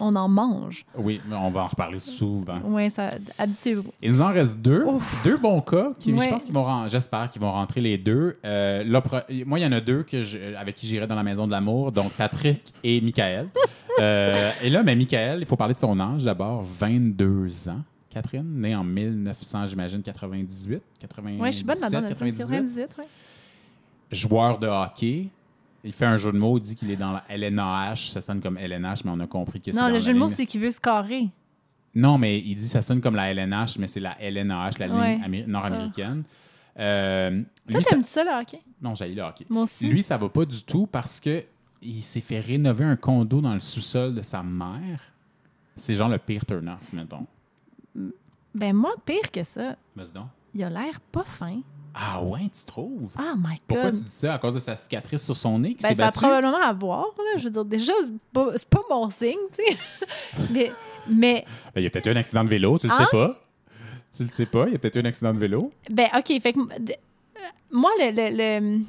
Speaker 3: On en mange.
Speaker 2: Oui, mais on va en reparler souvent.
Speaker 3: Ouais, ça. Habituellement.
Speaker 2: Il nous en reste deux. Deux bons cas qui,
Speaker 3: Ouais.
Speaker 2: je pense qu'ils vont ren- j'espère qu'ils vont rentrer les deux. Euh, là, pro- moi, il y en a deux que je- avec qui j'irai dans la maison de l'amour, donc Patrick et Michael. Euh, et là, mais Michael, il faut parler de son âge d'abord, 22 ans. Catherine, née en 1900, j'imagine, 98, 97,
Speaker 3: Ouais, je suis bonne là-dedans. dans le
Speaker 2: 98.
Speaker 3: 98, ouais.
Speaker 2: Joueur de hockey. Il fait un jeu de mots, il dit qu'il est dans la LNH. Ça sonne comme LNH, mais on a compris que c'est
Speaker 3: Non,
Speaker 2: dans
Speaker 3: le
Speaker 2: la
Speaker 3: jeu de mots,
Speaker 2: ligne-
Speaker 3: c'est qu'il veut se carrer.
Speaker 2: non, mais il dit ça sonne comme la LNH, mais c'est la LNH, la ligne
Speaker 3: Ouais. Ah.
Speaker 2: améri- nord-américaine. Euh,
Speaker 3: Toi,
Speaker 2: lui, ça...
Speaker 3: t'aimes ça, là, OK?
Speaker 2: Non, j'haïs le hockey.
Speaker 3: Moi aussi.
Speaker 2: Lui, ça va pas du tout parce que il s'est fait rénover un condo dans le sous-sol de sa mère. C'est genre le pire turn-off, mettons.
Speaker 3: Ben, moi, pire que ça,
Speaker 2: Mais dis donc.
Speaker 3: il a l'air pas fin.
Speaker 2: Ah ouais, tu trouves?
Speaker 3: Oh my
Speaker 2: Pourquoi
Speaker 3: God.
Speaker 2: tu dis ça? À cause de sa cicatrice sur son nez qui
Speaker 3: Ben,
Speaker 2: s'est
Speaker 3: ça a
Speaker 2: battue?
Speaker 3: probablement à voir. Là. Je veux dire, déjà, c'est pas, c'est pas mon signe, tu sais. mais, mais,
Speaker 2: Ben, il y a peut-être eu un accident de vélo, tu le
Speaker 3: Hein?
Speaker 2: sais pas. Tu le sais pas, il y a peut-être eu un accident de vélo.
Speaker 3: ben, OK, fait que m- de- euh, moi, le, le, le-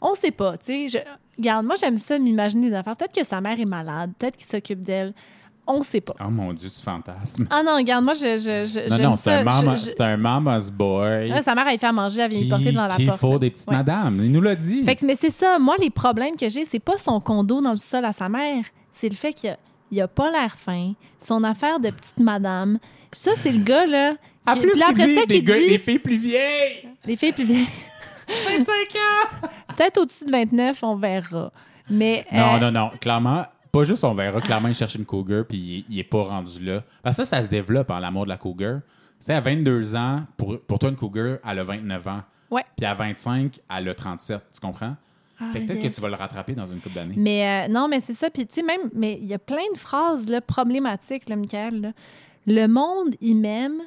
Speaker 3: On sait pas, tu sais. Je- Regarde, moi, j'aime ça, m'imaginer des affaires. Peut-être que sa mère est malade, peut-être qu'il s'occupe d'elle. On sait pas.
Speaker 2: Oh mon Dieu, tu fantasmes.
Speaker 3: Ah non, regarde, moi, je. je, je
Speaker 2: Non,
Speaker 3: j'aime
Speaker 2: non, c'est
Speaker 3: ça.
Speaker 2: un, mama-
Speaker 3: Je- je-
Speaker 2: c'est un mama's boy.
Speaker 3: Ouais, sa mère, elle fait à manger, elle vient lui porter devant la
Speaker 2: qui
Speaker 3: porte.
Speaker 2: faut
Speaker 3: là.
Speaker 2: des petites
Speaker 3: Ouais.
Speaker 2: madames. Il nous l'a dit.
Speaker 3: Fait que, mais c'est ça, moi, les problèmes que j'ai, c'est pas son condo dans le sol à sa mère, c'est le fait qu'il a, il a pas l'air fin, son affaire de petite madame. Ça, c'est le gars, là.
Speaker 2: En
Speaker 3: qui-
Speaker 2: plus,
Speaker 3: puis là,
Speaker 2: il
Speaker 3: après
Speaker 2: dit
Speaker 3: ça,
Speaker 2: des
Speaker 3: qu'il
Speaker 2: gars-
Speaker 3: dit-
Speaker 2: des filles plus vieilles.
Speaker 3: les filles plus vieilles,
Speaker 2: 25 ans.
Speaker 3: peut-être au-dessus de 29, on verra. Mais. euh,
Speaker 2: Non, non, non. Clairement, pas juste on verra. Clairement, il cherche une cougar puis il est- il est pas rendu là. Parce que ça, ça se développe, hein, l'amour de la cougar. Tu sais, à 22 ans, pour, pour toi, une cougar, elle a 29 ans.
Speaker 3: Ouais.
Speaker 2: Puis à 25, elle a 37. Tu comprends?
Speaker 3: Ah,
Speaker 2: fait que peut-être
Speaker 3: yes.
Speaker 2: que tu vas le rattraper dans une couple d'années.
Speaker 3: Mais euh, non, mais c'est ça. Puis tu sais, même, mais il y a plein de phrases là, problématiques, là, Michael. là. Le monde, il m'aime.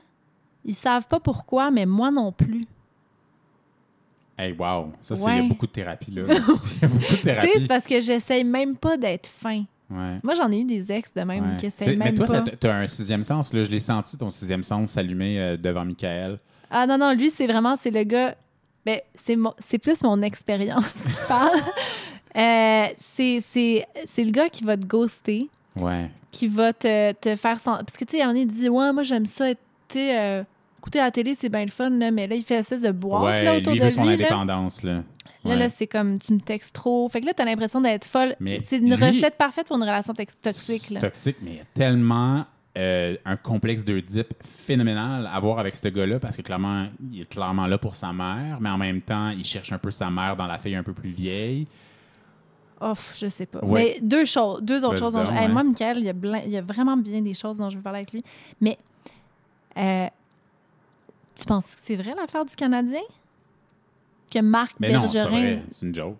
Speaker 3: Ils savent pas pourquoi, mais moi non plus.
Speaker 2: Hey, wow. Ça, c'est
Speaker 3: Ouais.
Speaker 2: il y a beaucoup de thérapie, là. il y a beaucoup de
Speaker 3: Tu sais,
Speaker 2: thérapie.
Speaker 3: c'est parce que j'essaye même pas d'être fin.
Speaker 2: Ouais.
Speaker 3: Moi, j'en ai eu des ex de même
Speaker 2: Ouais.
Speaker 3: qui
Speaker 2: C'est-
Speaker 3: essayaient même
Speaker 2: mais toi,
Speaker 3: pas.
Speaker 2: ça t- t'as un sixième sens. Là, je l'ai senti, ton sixième sens s'allumer euh, devant Michael.
Speaker 3: Ah non, non, lui, c'est vraiment, c'est le gars. Ben, c'est mon- c'est plus mon expérience qui parle. Euh, c'est c'est- c'est le gars qui va te ghoster,
Speaker 2: Ouais.
Speaker 3: qui va te, te faire sentir. Parce que, tu sais, on est dit, ouais, moi, j'aime ça être. tu sais, euh, écouter la télé, c'est bien le fun, là, mais là, il fait une espèce de boîte
Speaker 2: ouais,
Speaker 3: là, autour
Speaker 2: lui, il
Speaker 3: de
Speaker 2: veut son
Speaker 3: lui. Là,
Speaker 2: indépendance, là.
Speaker 3: là,
Speaker 2: Ouais.
Speaker 3: là, c'est comme, tu me textes trop. Fait que là, t'as l'impression d'être folle.
Speaker 2: Mais
Speaker 3: C'est une
Speaker 2: lui-
Speaker 3: recette parfaite pour une relation tex- toxique. Là.
Speaker 2: Toxique, mais il y a tellement euh, un complexe d'Oedipe phénoménal à voir avec ce gars-là, parce que clairement, il est clairement là pour sa mère, mais en même temps, il cherche un peu sa mère dans la fille un peu plus vieille.
Speaker 3: Oh, pff, je sais pas.
Speaker 2: Ouais.
Speaker 3: Mais deux choses, deux autres
Speaker 2: Vas-y
Speaker 3: choses. dont je-
Speaker 2: donc,
Speaker 3: Hey,
Speaker 2: ouais.
Speaker 3: moi, Michael, il y, a blin- il y a vraiment bien des choses dont je veux parler avec lui. Mais euh, tu penses que c'est vrai l'affaire du Canadien? Que Marc
Speaker 2: Mais non, c'est pas
Speaker 3: Bergerin.
Speaker 2: vrai. C'est une joke.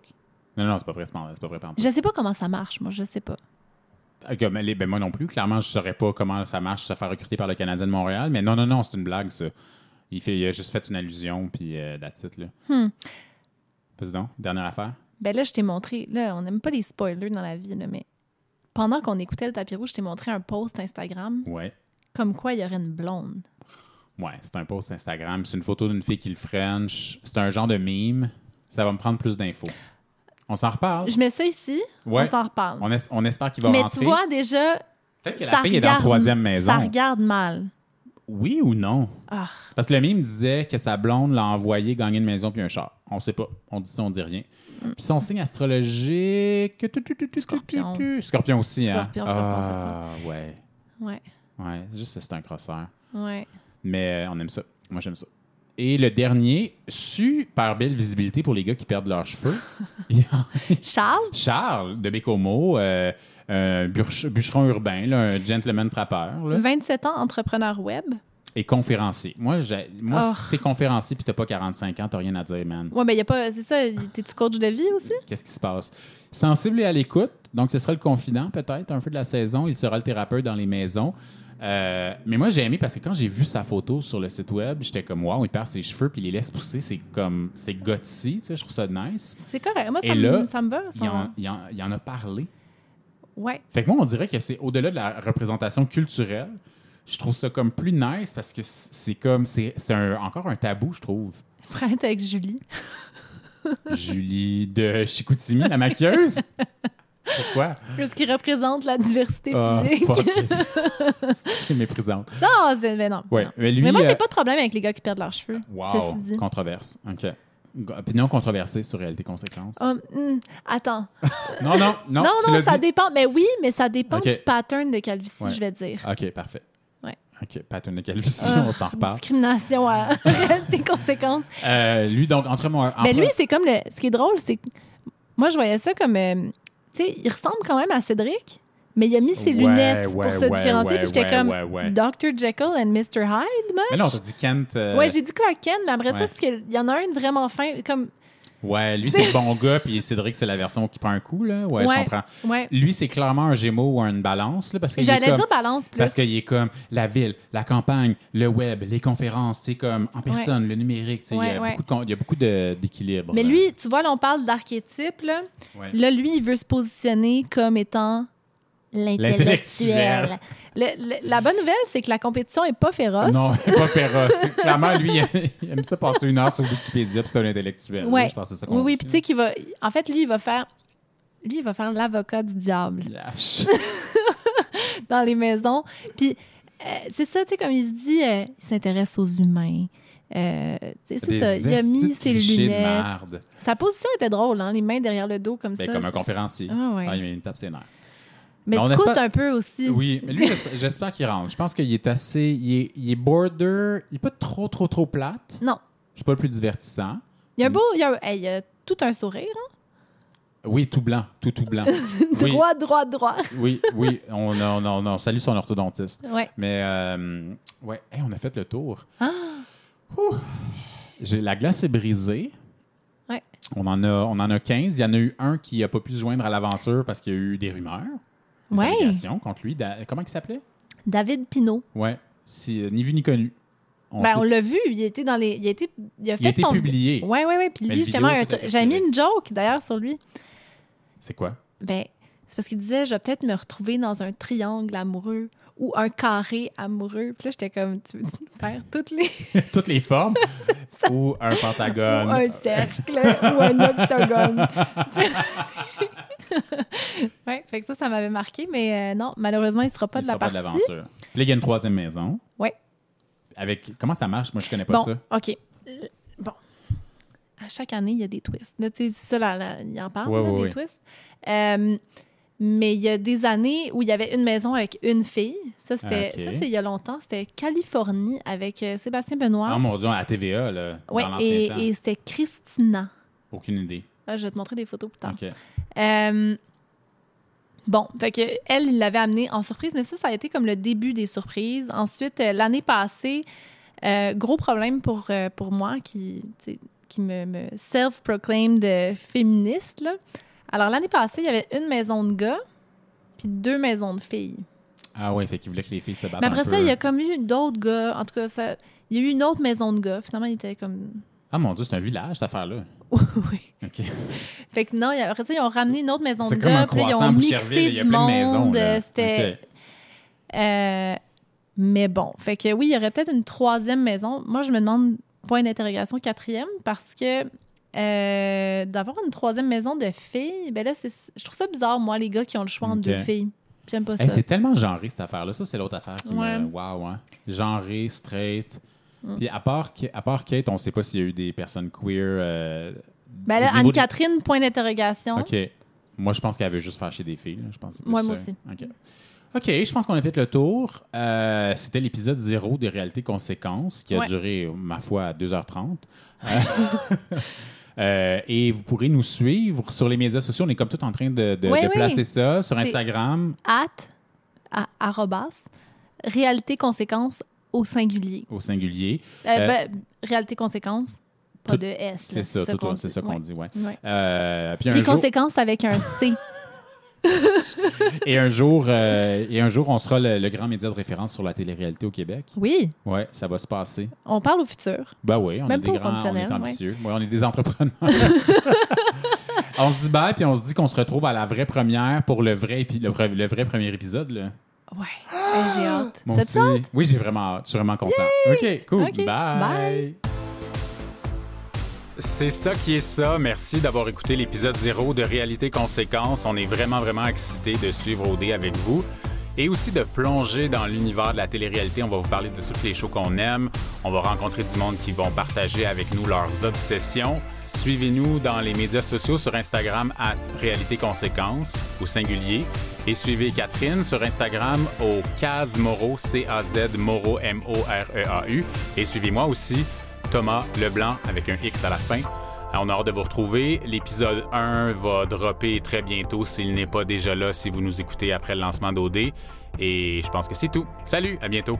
Speaker 2: Non, non, c'est pas vrai, c'est pas, c'est pas vrai. pardon.
Speaker 3: je sais pas comment ça marche, moi, je sais pas.
Speaker 2: Ah, comme elle est- ben, moi non plus, clairement, je ne saurais pas comment ça marche, se faire recruter par le Canadien de Montréal. Mais non, non, non, c'est une blague, ça. Il, fait, il a juste fait une allusion, puis euh, that's it, là.
Speaker 3: Hmm.
Speaker 2: Vas-y donc, dernière affaire.
Speaker 3: Ben là, je t'ai montré, là, on n'aime pas les spoilers dans la vie, là, mais pendant qu'on écoutait le tapis rouge, je t'ai montré un post Instagram
Speaker 2: Ouais.
Speaker 3: comme quoi il y aurait une blonde.
Speaker 2: Ouais, c'est un post Instagram. C'est une photo d'une fille qui le French. C'est un genre de meme. Ça va me prendre plus d'infos. On s'en reparle.
Speaker 3: Je mets ça ici,
Speaker 2: Ouais.
Speaker 3: on s'en reparle.
Speaker 2: On, es- on espère qu'il va
Speaker 3: mais
Speaker 2: rentrer.
Speaker 3: tu vois, déjà,
Speaker 2: Peut-être que la
Speaker 3: ça
Speaker 2: fille est dans
Speaker 3: regarde-
Speaker 2: la troisième maison.
Speaker 3: ça regarde mal.
Speaker 2: Oui ou non?
Speaker 3: Ah.
Speaker 2: Parce que le mime disait que sa blonde l'a envoyé gagner une maison puis un char. On sait pas. On dit ça, on dit rien. Puis son signe astrologique. tu, tu, tu, tu, tu,
Speaker 3: Scorpion.
Speaker 2: tu. Scorpion aussi, hein?
Speaker 3: Scorpion, scorpion,
Speaker 2: ah, ouais.
Speaker 3: Ouais,
Speaker 2: Ouais, c'est juste que c'est un crosseur.
Speaker 3: ouais.
Speaker 2: Mais euh, on aime ça. Moi, j'aime ça. Et le dernier, super belle visibilité pour les gars qui perdent leurs cheveux. Il y a
Speaker 3: Charles?
Speaker 2: Charles de Bécomo, euh, un bûche- bûcheron urbain, là, un gentleman trappeur. là.
Speaker 3: 27 ans, entrepreneur web.
Speaker 2: et conférencier. Moi, j'ai- moi
Speaker 3: Oh.
Speaker 2: si t'es conférencier puis t'as pas 45 ans, t'as rien à dire, man.
Speaker 3: Ouais, mais il y a pas. C'est ça, y- t'es-tu coach de vie aussi?
Speaker 2: Qu'est-ce qui se passe? Sensible et à l'écoute, donc ce sera le confident peut-être, un peu de la saison. Il sera le thérapeute dans les maisons. Euh, mais moi, j'ai aimé parce que quand j'ai vu sa photo sur le site web, j'étais comme, wow, il perd ses cheveux puis il les laisse pousser. C'est comme, c'est gothique, tu sais, je trouve ça nice.
Speaker 3: C'est correct. Moi, ça,
Speaker 2: Et
Speaker 3: me-
Speaker 2: là,
Speaker 3: ça me va. ça
Speaker 2: Il en,
Speaker 3: va.
Speaker 2: il en- il en a parlé.
Speaker 3: Ouais.
Speaker 2: Fait que moi, on dirait que c'est au-delà de la représentation culturelle. Je trouve ça comme plus nice parce que c'est c'est comme, c'est c'est un- encore un tabou, je trouve.
Speaker 3: Prête avec Julie.
Speaker 2: Julie de Chicoutimi, la maquilleuse? Pourquoi?
Speaker 3: Ce qui représente la diversité
Speaker 2: Ah,
Speaker 3: physique.
Speaker 2: fuck. C'est méprisante.
Speaker 3: non, c'est- mais non.
Speaker 2: Ouais,
Speaker 3: non.
Speaker 2: mais lui.
Speaker 3: mais moi, j'ai
Speaker 2: euh,
Speaker 3: pas de problème avec les gars qui perdent leurs cheveux.
Speaker 2: Wow,
Speaker 3: Ceci dit.
Speaker 2: controverse. OK. Opinion controversée sur réalité conséquence.
Speaker 3: Hum, hum, attends.
Speaker 2: Non, non, non.
Speaker 3: Non, non,
Speaker 2: tu l'as
Speaker 3: ça
Speaker 2: dit.
Speaker 3: dépend. Mais oui, mais ça dépend
Speaker 2: Ok.
Speaker 3: du pattern de calvitie,
Speaker 2: Ouais.
Speaker 3: je vais dire.
Speaker 2: OK, parfait.
Speaker 3: Ouais.
Speaker 2: OK, pattern de calvitie,
Speaker 3: Ah,
Speaker 2: on s'en reparle.
Speaker 3: Discrimination à des conséquences.
Speaker 2: Euh, lui, donc, entre moi. entre-
Speaker 3: Mais Ben, lui, c'est comme le. Ce qui est drôle, c'est que moi, je voyais ça comme. euh, tu sais, il ressemble quand même à Cédric, mais il a mis ses
Speaker 2: Ouais,
Speaker 3: lunettes
Speaker 2: ouais,
Speaker 3: pour se
Speaker 2: ouais,
Speaker 3: différencier.
Speaker 2: ouais,
Speaker 3: puis j'étais
Speaker 2: ouais,
Speaker 3: comme
Speaker 2: ouais, ouais.
Speaker 3: Dr. Jekyll and Mr. Hyde, man.
Speaker 2: Mais non, t'as dit Kent. euh,
Speaker 3: ouais, j'ai dit Clark Kent, mais
Speaker 2: ouais.
Speaker 3: après ça, c'est parce qu'il y en a un vraiment fin. Comme,
Speaker 2: ouais, lui, c'est le bon gars, puis Cédric, c'est la version qui prend un coup, là. Ouais, je
Speaker 3: Ouais.
Speaker 2: comprends.
Speaker 3: ouais.
Speaker 2: Lui, c'est clairement un gémeau ou une balance, là, parce que.
Speaker 3: J'allais dire balance plus.
Speaker 2: Parce qu'il est comme la ville, la campagne, le web, les conférences, c'est comme en personne, le numérique, tu sais, il, y a
Speaker 3: Ouais, ouais.
Speaker 2: beaucoup de con- il y a beaucoup de- d'équilibre.
Speaker 3: mais
Speaker 2: là.
Speaker 3: lui, tu vois, là, on parle d'archétype. Là.
Speaker 2: Ouais.
Speaker 3: là, lui, il veut se positionner comme étant
Speaker 2: L'intellectuel.
Speaker 3: l'intellectuel. Le- le- la bonne nouvelle, c'est que la compétition est pas féroce.
Speaker 2: Non, pas féroce. Clairement, lui, il aime, il aime ça passer une heure sur Wikipédia, puis c'est un intellectuel. là.
Speaker 3: Ouais.
Speaker 2: Je pense que c'est ça qu'on
Speaker 3: Oui, oui,
Speaker 2: dit,
Speaker 3: puis tu sais qu'il va. En fait, lui, il va faire. Lui, il va faire l'avocat du diable
Speaker 2: là. Lâche.
Speaker 3: dans les maisons. Puis euh, c'est ça, tu sais, comme il se dit, euh, il s'intéresse aux humains. Euh, tu sais, c'est
Speaker 2: Des
Speaker 3: ça. Il a mis
Speaker 2: estis de
Speaker 3: ses
Speaker 2: clichés de
Speaker 3: lunettes.
Speaker 2: marde.
Speaker 3: Sa position était drôle, hein, les mains derrière le dos comme
Speaker 2: Ben,
Speaker 3: ça.
Speaker 2: comme un
Speaker 3: c'est-
Speaker 2: conférencier.
Speaker 3: Ah, ouais.
Speaker 2: Ah, il met une tape ses nerfs.
Speaker 3: Mais
Speaker 2: Mais on
Speaker 3: scout
Speaker 2: espère-
Speaker 3: un peu aussi.
Speaker 2: Oui, mais lui, j'espère- j'espère qu'il rentre. Je pense qu'il est assez. Il est, il est border. Il n'est pas trop, trop, trop plate.
Speaker 3: Non.
Speaker 2: Je suis pas le plus divertissant.
Speaker 3: Il y a un beau. Il y a, un- hey, il y a tout un sourire. hein.
Speaker 2: Oui, tout blanc. Tout, tout blanc. Oui.
Speaker 3: Droit, droit, droit.
Speaker 2: Oui, oui, on, on, on, on salue son orthodontiste.
Speaker 3: Ouais.
Speaker 2: Mais, euh, ouais, hey, on a fait le tour.
Speaker 3: Ah!
Speaker 2: Ouh. J'ai- La glace est brisée.
Speaker 3: Ouais.
Speaker 2: On en, a, on en a 15. Il y en a eu un qui n'a pas pu se joindre à l'aventure parce qu'il y a eu des rumeurs, des
Speaker 3: Ouais.
Speaker 2: allégations contre lui. Da- comment il s'appelait?
Speaker 3: David Pinault.
Speaker 2: Ouais, si, euh, ni vu ni connu. On
Speaker 3: Ben,
Speaker 2: sait-
Speaker 3: on l'a vu, il était dans les. Il, était, il a fait
Speaker 2: il a été
Speaker 3: son.
Speaker 2: publié.
Speaker 3: Oui, oui, oui. Puis
Speaker 2: Mais
Speaker 3: lui,
Speaker 2: le
Speaker 3: justement,
Speaker 2: vidéo
Speaker 3: un
Speaker 2: était
Speaker 3: tru- j'avais mis
Speaker 2: retiré.
Speaker 3: une joke d'ailleurs sur lui.
Speaker 2: C'est quoi?
Speaker 3: Ben, c'est parce qu'il disait, je vais peut-être me retrouver dans un triangle amoureux ou un carré amoureux. Puis là, j'étais comme, tu veux faire toutes les.
Speaker 2: Toutes les formes? Ou un pentagone?
Speaker 3: ou un cercle ou un octogone. oui, fait que ça, ça m'avait marqué, mais euh, non, malheureusement, il ne sera pas
Speaker 2: Il
Speaker 3: de la
Speaker 2: sera pas
Speaker 3: partie.
Speaker 2: de l'aventure. Puis là, il y a une troisième maison.
Speaker 3: Ouais.
Speaker 2: Avec, comment ça marche? Moi, je connais pas
Speaker 3: bon,
Speaker 2: ça.
Speaker 3: OK. Euh, Bon. À chaque année, il y a des twists. Là, tu sais, c'est ça, là, là, il en parle,
Speaker 2: Ouais,
Speaker 3: là,
Speaker 2: ouais,
Speaker 3: des
Speaker 2: ouais.
Speaker 3: twists. Euh, mais il y a des années où il y avait une maison avec une fille. Ça, c'était,
Speaker 2: Ah, Ok.
Speaker 3: ça, c'est il y a longtemps. C'était Californie avec euh, Sébastien
Speaker 2: Ah
Speaker 3: Benoît.
Speaker 2: mon dieu, à la TVA, là,
Speaker 3: Ouais,
Speaker 2: dans l'ancien temps.
Speaker 3: et, et c'était Christina.
Speaker 2: Aucune idée.
Speaker 3: Ah, je vais te montrer des photos plus tard.
Speaker 2: OK.
Speaker 3: Euh, bon, fait que elle, il l'avait amené en surprise, mais ça, ça a été comme le début des surprises. Ensuite, euh, l'année passée, euh, gros problème pour, euh, pour moi qui, tu sais, qui me, me self-proclaimed euh, féministe. là. Alors, l'année passée, il y avait une maison de gars, puis deux maisons de filles.
Speaker 2: Ah ouais, fait qu'il voulait que les filles se battent.
Speaker 3: Mais après
Speaker 2: un
Speaker 3: ça,
Speaker 2: peu.
Speaker 3: il y a comme eu d'autres gars. En tout cas, ça, il y a eu une autre maison de gars. Finalement, il était comme.
Speaker 2: Ah mon Dieu, c'est un village, cette affaire-là.
Speaker 3: oui.
Speaker 2: OK.
Speaker 3: Fait que non, il y a- après ça, ils ont ramené une autre maison de
Speaker 2: C'est comme un
Speaker 3: gars. Puis là, ils
Speaker 2: croissant à
Speaker 3: ont
Speaker 2: Boucherville.
Speaker 3: mixé
Speaker 2: Il y a
Speaker 3: du
Speaker 2: plein de maisons.
Speaker 3: monde.
Speaker 2: là.
Speaker 3: euh, C'était.
Speaker 2: OK.
Speaker 3: euh, mais bon. Fait que oui, il y aurait peut-être une troisième maison. Moi, je me demande, point d'interrogation, quatrième, parce que. euh, d'avoir une troisième maison de filles, ben là, c'est- je trouve ça bizarre, moi, les gars qui ont le choix entre
Speaker 2: Ok.
Speaker 3: deux filles. J'aime pas
Speaker 2: Hey,
Speaker 3: ça.
Speaker 2: c'est tellement genré, cette affaire-là. Ça, c'est l'autre affaire qui
Speaker 3: Ouais. Mm.
Speaker 2: me... Wow, hein? Genré, straight. Puis à part, Ka- à part Kate, on sait pas s'il y a eu des personnes queer... euh,
Speaker 3: Ben là,
Speaker 2: au niveau de-
Speaker 3: Anne-Catherine, point d'interrogation.
Speaker 2: OK. Moi, je pense qu'elle veut juste fâcher des filles. là. Je pense que c'est plus
Speaker 3: Ouais, moi
Speaker 2: ça.
Speaker 3: aussi.
Speaker 2: OK. OK, je pense qu'on a fait le tour. Euh, C'était l'épisode zéro des réalités conséquences qui a
Speaker 3: Ouais.
Speaker 2: duré, ma foi, 2h30. Euh, euh, et vous pourrez nous suivre sur les médias sociaux. On est comme tout en train de, de-
Speaker 3: Oui,
Speaker 2: de
Speaker 3: oui.
Speaker 2: placer ça sur
Speaker 3: C'est-
Speaker 2: Instagram
Speaker 3: at, à, arrobas, réalité conséquence au singulier.
Speaker 2: au singulier.
Speaker 3: Euh,
Speaker 2: Euh,
Speaker 3: ben, réalité conséquence, pas
Speaker 2: tout-
Speaker 3: de S.
Speaker 2: C'est ça, tout-
Speaker 3: qu'on
Speaker 2: c'est ça
Speaker 3: dit.
Speaker 2: qu'on
Speaker 3: Ouais.
Speaker 2: dit, ouais.
Speaker 3: Ouais.
Speaker 2: Euh, puis un
Speaker 3: Puis
Speaker 2: jour-
Speaker 3: conséquence avec un C.
Speaker 2: et un jour, euh, et un jour, on sera le, le grand média de référence sur la télé-réalité au Québec.
Speaker 3: Oui,
Speaker 2: Ouais, ça va se passer.
Speaker 3: on parle au futur.
Speaker 2: Ben oui, on
Speaker 3: Même
Speaker 2: est
Speaker 3: pas
Speaker 2: des
Speaker 3: au
Speaker 2: grands, on
Speaker 3: conditionnel,
Speaker 2: est
Speaker 3: ouais.
Speaker 2: ambitieux. Ouais, on est des entrepreneurs. on se dit bye, puis on se dit qu'on se retrouve à la vraie première pour le vrai, épi- le, vrai- le vrai premier épisode. Là.
Speaker 3: Ouais, Hey, j'ai hâte.
Speaker 2: Moi
Speaker 3: T'as-tu
Speaker 2: aussi. Oui, j'ai vraiment hâte. Je suis vraiment content. OK, cool.
Speaker 3: OK,
Speaker 2: bye.
Speaker 3: bye.
Speaker 1: C'est ça qui est ça. Merci d'avoir écouté l'épisode 0 de Réalité Conséquence. On est vraiment, vraiment excités de suivre OD avec vous et aussi de plonger dans l'univers de la télé-réalité. On va vous parler de toutes les shows qu'on aime. On va rencontrer du monde qui vont partager avec nous leurs obsessions. Suivez-nous dans les médias sociaux sur Instagram à Réalité Conséquence au singulier. Et suivez Catherine sur Instagram au Caz Moreau, C-A-Z Moreau, M-O-R-E-A-U. E Et suivez-moi aussi Thomas Leblanc avec un X à la fin. Alors, On a hâte de vous retrouver. L'épisode 1 va dropper très bientôt s'il n'est pas déjà là si vous nous écoutez après le lancement d'OD. Et je pense que c'est tout. Salut, à bientôt.